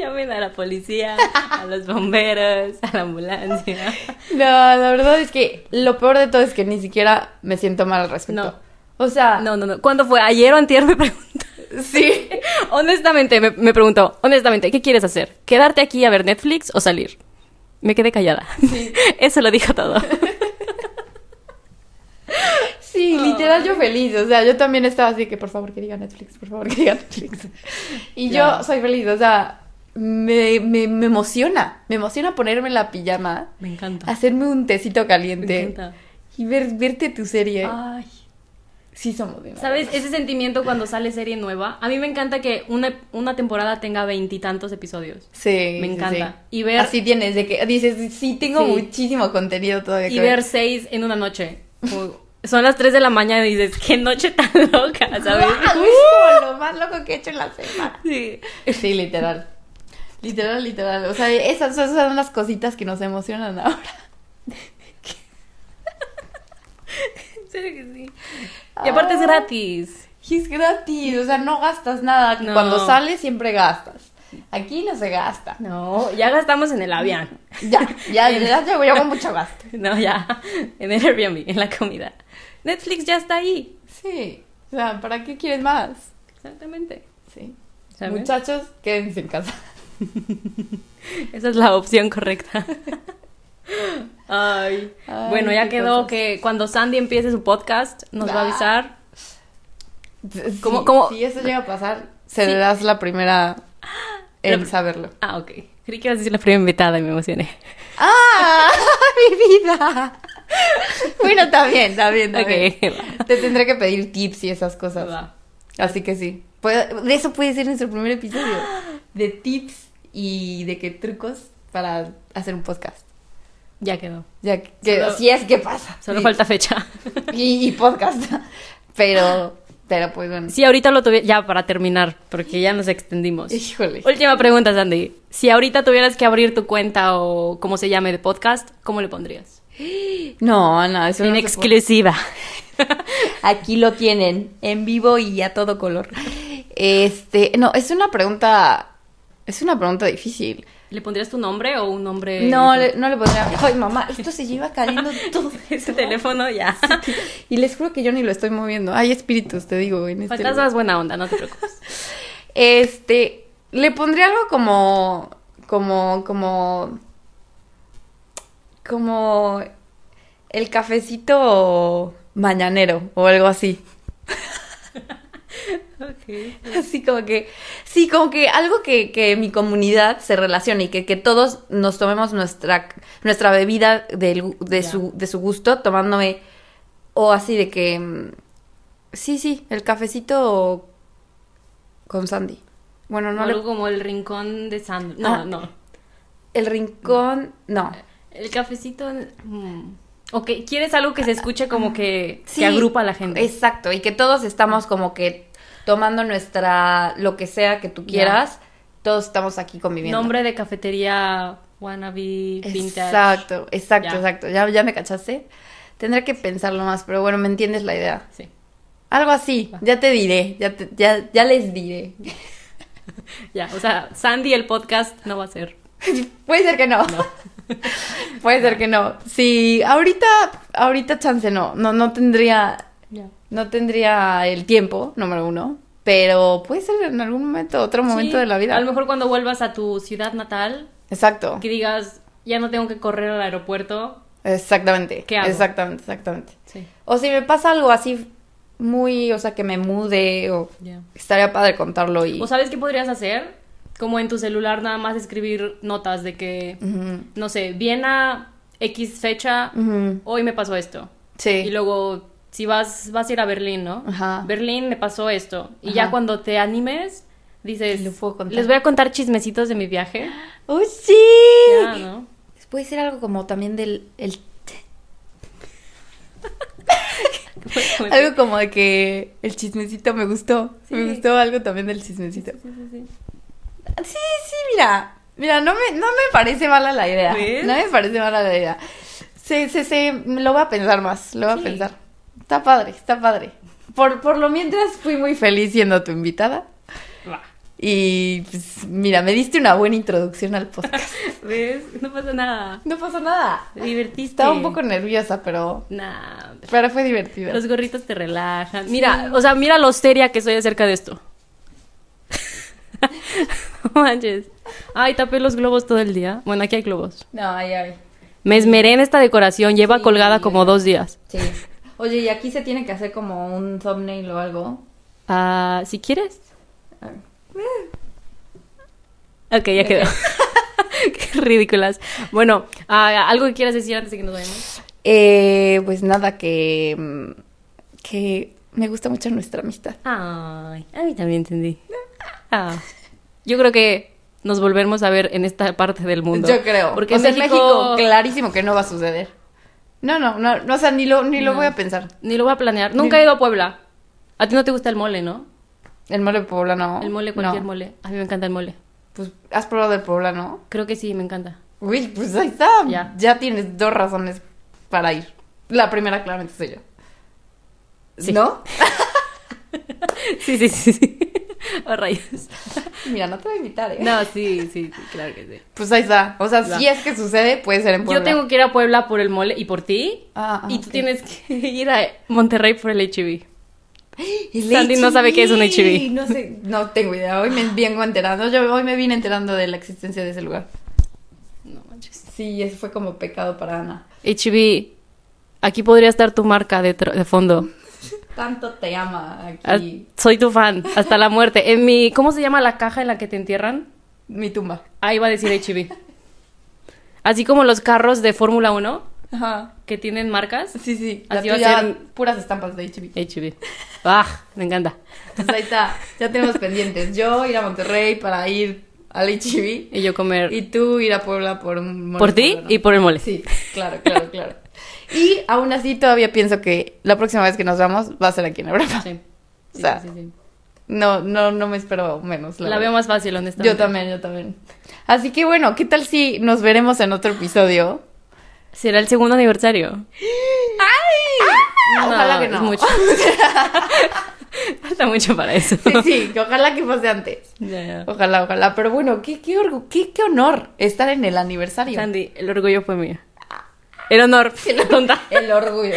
[SPEAKER 1] Llamen a la policía, a los bomberos, a la ambulancia.
[SPEAKER 2] No, la verdad es que lo peor de todo es que ni siquiera me siento mal al respecto.
[SPEAKER 1] No.
[SPEAKER 2] O sea,
[SPEAKER 1] No, no, no. ¿Cuándo fue? ¿Ayer o antier? Me preguntó.
[SPEAKER 2] sí.
[SPEAKER 1] Honestamente, me, me preguntó. Honestamente, ¿qué quieres hacer? ¿Quedarte aquí a ver Netflix o salir? Me quedé callada. Eso lo dijo todo.
[SPEAKER 2] Sí, literal yo feliz, o sea, yo también estaba así que por favor que diga Netflix, por favor que diga Netflix. Y
[SPEAKER 1] Ya.
[SPEAKER 2] yo soy feliz, o sea, me, me- me emociona, me emociona ponerme la pijama,
[SPEAKER 1] Me encanta.
[SPEAKER 2] hacerme un tecito
[SPEAKER 1] Me
[SPEAKER 2] caliente
[SPEAKER 1] encanta.
[SPEAKER 2] y ver, verte tu serie.
[SPEAKER 1] Ay.
[SPEAKER 2] Sí somos bien.
[SPEAKER 1] ¿Sabes? Ese sentimiento cuando sale serie nueva. A mí me encanta que una, una temporada tenga veintitantos episodios.
[SPEAKER 2] Sí,
[SPEAKER 1] Me
[SPEAKER 2] sí,
[SPEAKER 1] encanta.
[SPEAKER 2] sí.
[SPEAKER 1] Y ver-
[SPEAKER 2] Así tienes, de que dices, sí, tengo
[SPEAKER 1] Sí.
[SPEAKER 2] muchísimo contenido todavía que
[SPEAKER 1] Y ver seis en una noche. Como- son las tres de la mañana y dices, qué noche tan loca, ¿sabes?
[SPEAKER 2] ¡Guau! Es como lo más loco que he hecho en la semana.
[SPEAKER 1] Sí.
[SPEAKER 2] Sí, literal. Literal, literal. O sea, esas, esas son las cositas que nos emocionan ahora.
[SPEAKER 1] En serio que sí. Y aparte es
[SPEAKER 2] Ah.
[SPEAKER 1] gratis.
[SPEAKER 2] Y es gratis, o sea, no gastas nada.
[SPEAKER 1] No.
[SPEAKER 2] Cuando sales siempre gastas. Aquí no se gasta.
[SPEAKER 1] No, ya gastamos en el avión.
[SPEAKER 2] Ya, ya, ya, ya, ya con mucho gasto.
[SPEAKER 1] No, ya. En el Airbnb, en la comida. Netflix ya está ahí.
[SPEAKER 2] Sí, o sea, ¿para qué quieres más?
[SPEAKER 1] Exactamente.
[SPEAKER 2] Sí.
[SPEAKER 1] ¿Sabes?
[SPEAKER 2] Muchachos, quédense en casa.
[SPEAKER 1] Esa es la opción correcta. Ay.
[SPEAKER 2] Ay,
[SPEAKER 1] Bueno, ya
[SPEAKER 2] qué
[SPEAKER 1] quedó
[SPEAKER 2] cosas.
[SPEAKER 1] que cuando Sandy empiece su podcast, nos va a
[SPEAKER 2] Ah.
[SPEAKER 1] avisar. ¿Cómo-
[SPEAKER 2] Si-
[SPEAKER 1] cómo?
[SPEAKER 2] Si eso llega a pasar, serás la primera en
[SPEAKER 1] La-
[SPEAKER 2] saberlo.
[SPEAKER 1] Ah, ok. Creí que ibas a decir la primera invitada y me emocioné.
[SPEAKER 2] ¡Ah! ¡Mi vida! Bueno, está bien, está bien, está bien.
[SPEAKER 1] Ok.
[SPEAKER 2] Te tendré que pedir tips y esas cosas.
[SPEAKER 1] Va.
[SPEAKER 2] Así que sí. Puede- de eso puede ser nuestro primer episodio. De tips y de qué trucos para hacer un podcast.
[SPEAKER 1] Ya quedó.
[SPEAKER 2] Ya que, que-
[SPEAKER 1] Solo-
[SPEAKER 2] si es que pasa.
[SPEAKER 1] Solo
[SPEAKER 2] Y-
[SPEAKER 1] falta fecha.
[SPEAKER 2] Y, y podcast. Pero, pero pues bueno.
[SPEAKER 1] Si ahorita lo tuviera... Ya, para terminar, porque ya nos extendimos.
[SPEAKER 2] Híjole.
[SPEAKER 1] Última pregunta, Sandy. Si ahorita tuvieras que abrir tu cuenta o como se llame de podcast, ¿cómo le pondrías?
[SPEAKER 2] No, no, eso
[SPEAKER 1] en
[SPEAKER 2] no se puede.
[SPEAKER 1] exclusiva.
[SPEAKER 2] Aquí lo tienen, en vivo y a todo color. Este, no, es una pregunta, es una pregunta difícil.
[SPEAKER 1] ¿Le pondrías tu nombre o un nombre?
[SPEAKER 2] No, le- no le pondría. Ay, mamá, esto se lleva cayendo todo.
[SPEAKER 1] Ese teléfono ya.
[SPEAKER 2] Y les juro que yo ni lo estoy moviendo. Hay espíritus, te digo, en este. lugar.
[SPEAKER 1] Fantasmas buena onda, no te preocupes.
[SPEAKER 2] Este, le pondría algo como, como, como, como el cafecito mañanero o algo así.
[SPEAKER 1] ok.
[SPEAKER 2] Así como que, sí, como que algo que, que mi comunidad se relacione y que, que todos nos tomemos nuestra, nuestra bebida del gu- de,
[SPEAKER 1] Ya.
[SPEAKER 2] su, de su gusto, tomándome, o así de que, mm, sí, sí, el cafecito con Sandy. Bueno, no le-
[SPEAKER 1] Algo como el rincón de Sandro. No,
[SPEAKER 2] Ah.
[SPEAKER 1] no.
[SPEAKER 2] El rincón, no.
[SPEAKER 1] El cafecito. mm. Ok, ¿quieres algo que se escuche como que
[SPEAKER 2] Sí,
[SPEAKER 1] se agrupa a la gente?
[SPEAKER 2] Exacto, y que todos estamos como que tomando nuestra, lo que sea que tú quieras, todos estamos aquí conviviendo.
[SPEAKER 1] Nombre de cafetería wannabe vintage.
[SPEAKER 2] Exacto, exacto,
[SPEAKER 1] Ya.
[SPEAKER 2] exacto. ¿Ya, ya me cachaste. Tendré que pensarlo más, pero bueno, me entiendes la idea.
[SPEAKER 1] Sí.
[SPEAKER 2] Algo así,
[SPEAKER 1] Va.
[SPEAKER 2] ya te diré, ya, te- ya, ya les diré.
[SPEAKER 1] Ya, o sea, Sandy el podcast no va a ser.
[SPEAKER 2] Puede ser que no. Puede ser que no. Sí, ahorita, ahorita chance no. No, no tendría,
[SPEAKER 1] Ya.
[SPEAKER 2] no tendría el tiempo, número uno. Pero puede ser en algún momento, otro momento
[SPEAKER 1] Sí,
[SPEAKER 2] de la vida. Oh.
[SPEAKER 1] A lo mejor cuando vuelvas a tu ciudad natal,
[SPEAKER 2] Exacto.
[SPEAKER 1] que digas, ya no tengo que correr al aeropuerto.
[SPEAKER 2] Exactamente.
[SPEAKER 1] ¿Qué hago?
[SPEAKER 2] Exactamente, exactamente.
[SPEAKER 1] Sí,
[SPEAKER 2] O si me pasa algo así muy, o sea, que me mude o
[SPEAKER 1] ya.
[SPEAKER 2] Estaría padre contarlo y...
[SPEAKER 1] ¿O sabes qué podrías hacer? Como en tu celular nada más escribir notas de que,
[SPEAKER 2] Ujú,
[SPEAKER 1] no sé, Viena X fecha,
[SPEAKER 2] ujú.
[SPEAKER 1] hoy me pasó esto.
[SPEAKER 2] Sí.
[SPEAKER 1] Y luego, si vas, vas a ir a Berlín, ¿no?
[SPEAKER 2] Ajá.
[SPEAKER 1] Berlín me pasó esto. Y
[SPEAKER 2] Ajá.
[SPEAKER 1] ya cuando te animes, dices,
[SPEAKER 2] Lo puedo contar.
[SPEAKER 1] les voy a contar chismecitos de mi viaje.
[SPEAKER 2] ¡Oh, sí!
[SPEAKER 1] Ya, ¿no?
[SPEAKER 2] Puede ser algo como también del... el- Algo como de que el chismecito me gustó.
[SPEAKER 1] Sí.
[SPEAKER 2] Me gustó algo también del chismecito.
[SPEAKER 1] Sí, sí, sí.
[SPEAKER 2] Sí, sí, mira. Mira, no me, no me parece mala la idea.
[SPEAKER 1] ¿Ves?
[SPEAKER 2] No me parece mala la idea. Se, se, se, lo voy a pensar más, lo voy
[SPEAKER 1] Sí.
[SPEAKER 2] a pensar. Está padre, está padre. Por, por lo mientras fui muy feliz siendo tu invitada.
[SPEAKER 1] Va.
[SPEAKER 2] Y pues, mira, me diste una buena introducción al podcast.
[SPEAKER 1] ¿Ves? No pasa nada.
[SPEAKER 2] No pasó nada.
[SPEAKER 1] Te divertiste.
[SPEAKER 2] Estaba un poco nerviosa, pero,
[SPEAKER 1] Nah.
[SPEAKER 2] pero fue divertido.
[SPEAKER 1] Los gorritos te relajan. Mira, o sea, mira la hosteria que soy acerca de esto. no manches. Ay, tapé los globos todo el día. Bueno, aquí hay globos.
[SPEAKER 2] No, ay, ay.
[SPEAKER 1] Me esmeré en esta decoración. Lleva
[SPEAKER 2] Sí,
[SPEAKER 1] colgada como
[SPEAKER 2] ya.
[SPEAKER 1] dos días.
[SPEAKER 2] Sí. Oye, ¿y aquí se tiene que hacer como un thumbnail o algo?
[SPEAKER 1] Ah, si quieres.
[SPEAKER 2] A
[SPEAKER 1] Ah.
[SPEAKER 2] ver.
[SPEAKER 1] Ok, ya quedó. Qué ridículas. Bueno, ah, algo que quieras decir antes de que nos vayamos.
[SPEAKER 2] Eh, pues nada, que, mm, que me gusta mucho nuestra amistad.
[SPEAKER 1] Ay, a mí también entendí. Ah. Yo creo que nos volveremos a ver en esta parte del mundo.
[SPEAKER 2] Yo creo.
[SPEAKER 1] Porque
[SPEAKER 2] o
[SPEAKER 1] en
[SPEAKER 2] sea,
[SPEAKER 1] México,
[SPEAKER 2] México, clarísimo que no va a suceder. No, no, no, no, o sea, ni lo, ni lo
[SPEAKER 1] No.
[SPEAKER 2] voy a pensar.
[SPEAKER 1] Ni lo voy a planear. Nunca he ido a Puebla. A ti no te gusta el mole, ¿no?
[SPEAKER 2] El mole poblano.
[SPEAKER 1] El mole, cualquier
[SPEAKER 2] no.
[SPEAKER 1] mole. A mí me encanta el mole.
[SPEAKER 2] Pues has probado el poblano.
[SPEAKER 1] Creo que sí, me encanta.
[SPEAKER 2] Uy, pues ahí está.
[SPEAKER 1] Ya.
[SPEAKER 2] Ya. tienes dos razones para ir. La primera claramente soy yo.
[SPEAKER 1] Sí.
[SPEAKER 2] ¿No?
[SPEAKER 1] Sí, sí, sí, sí. Oh, rayos.
[SPEAKER 2] Mira, no te voy a invitar, ¿eh?
[SPEAKER 1] No, sí, sí, sí, claro que sí.
[SPEAKER 2] Pues ahí está. O sea,
[SPEAKER 1] Va.
[SPEAKER 2] si es que sucede, puede ser en Puebla.
[SPEAKER 1] Yo tengo que ir a Puebla por el mole y por ti.
[SPEAKER 2] Ah, ah,
[SPEAKER 1] y tú
[SPEAKER 2] ok.
[SPEAKER 1] tienes que ir a Monterrey por el HIV.
[SPEAKER 2] El
[SPEAKER 1] Sandy no sabe qué es un HIV.
[SPEAKER 2] No sé, no tengo idea. Hoy me vengo enterando. Yo hoy me vine enterando de la existencia de ese lugar.
[SPEAKER 1] No manches.
[SPEAKER 2] Sí, eso fue como pecado para Ana.
[SPEAKER 1] HIV, aquí podría estar tu marca de, tro- de fondo.
[SPEAKER 2] Tanto te ama
[SPEAKER 1] Ah,
[SPEAKER 2] aquí.
[SPEAKER 1] Soy tu fan, hasta la muerte. En mi, ¿cómo se llama la caja en la que te entierran?
[SPEAKER 2] Mi tumba.
[SPEAKER 1] Ahí va a decir HIV. Así como los carros de Fórmula 1
[SPEAKER 2] Ajá.
[SPEAKER 1] que tienen marcas.
[SPEAKER 2] Sí, sí.
[SPEAKER 1] Así
[SPEAKER 2] Así
[SPEAKER 1] va a ser-
[SPEAKER 2] puras estampas de HIV.
[SPEAKER 1] HIV. ¡Ah! Me encanta.
[SPEAKER 2] Entonces ahí está. Ya tenemos pendientes. Yo ir a Monterrey para ir al HIV.
[SPEAKER 1] Y yo comer
[SPEAKER 2] Y tú ir a Puebla por un...
[SPEAKER 1] por ti
[SPEAKER 2] monólogo, ¿no?
[SPEAKER 1] y por el mole.
[SPEAKER 2] Sí, claro, claro, claro. Y aún así todavía pienso que la próxima vez que nos vamos va a ser aquí en Europa.
[SPEAKER 1] Sí. Sí,
[SPEAKER 2] O sea,
[SPEAKER 1] sí, sí, sí.
[SPEAKER 2] No, no, no me espero menos.
[SPEAKER 1] La,
[SPEAKER 2] verdad.
[SPEAKER 1] veo más fácil, honestamente.
[SPEAKER 2] Yo también, yo también. Así que bueno, ¿qué tal si nos veremos en otro episodio?
[SPEAKER 1] ¿Será el segundo aniversario?
[SPEAKER 2] Ah, ojalá que
[SPEAKER 1] es
[SPEAKER 2] no.
[SPEAKER 1] mucho. Falta mucho para eso.
[SPEAKER 2] Sí, sí, que ojalá que pase antes.
[SPEAKER 1] Ya, ya.
[SPEAKER 2] Ojalá, ojalá. Pero bueno, qué, qué, orgu- qué, qué honor estar en el aniversario.
[SPEAKER 1] Sandy, el orgullo fue mío. El honor, tonta.
[SPEAKER 2] El orgullo.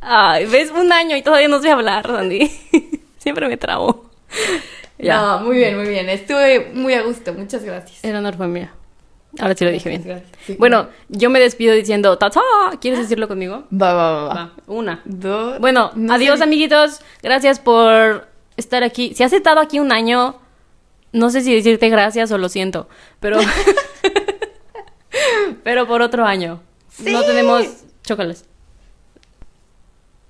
[SPEAKER 1] Ay, ves un año y todavía no sé hablar, Sandy. Siempre me trabo. Ya.
[SPEAKER 2] No, muy bien, muy bien. Estuve muy a gusto. Muchas gracias.
[SPEAKER 1] El honor fue mío. Ahora sí lo dije bien.
[SPEAKER 2] Gracias, sí.
[SPEAKER 1] Bueno, yo me despido diciendo ¡Tata! ¿Quieres decirlo conmigo?
[SPEAKER 2] Va, va, va, va.
[SPEAKER 1] Va, una.
[SPEAKER 2] Dos.
[SPEAKER 1] Bueno,
[SPEAKER 2] No
[SPEAKER 1] adiós
[SPEAKER 2] sé.
[SPEAKER 1] amiguitos. Gracias por estar aquí. Si has estado aquí un año, no sé si decirte gracias o lo siento, pero pero por otro año. No
[SPEAKER 2] Sí.
[SPEAKER 1] tenemos chocolates.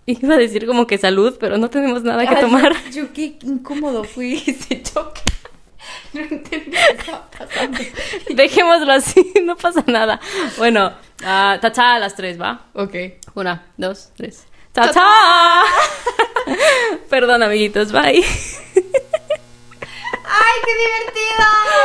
[SPEAKER 1] Iba a decir como que salud, pero no tenemos nada que
[SPEAKER 2] Ay,
[SPEAKER 1] tomar.
[SPEAKER 2] Yo, yo qué incómodo fui ese choque. No entendí qué estaba pasando.
[SPEAKER 1] Dejémoslo así, no pasa nada. Bueno, ah, tachá a las tres, ¿va?
[SPEAKER 2] Ok.
[SPEAKER 1] Una, dos, tres. ¡Tachá! Perdón, amiguitos, bye.
[SPEAKER 2] ¡Ay, qué divertido!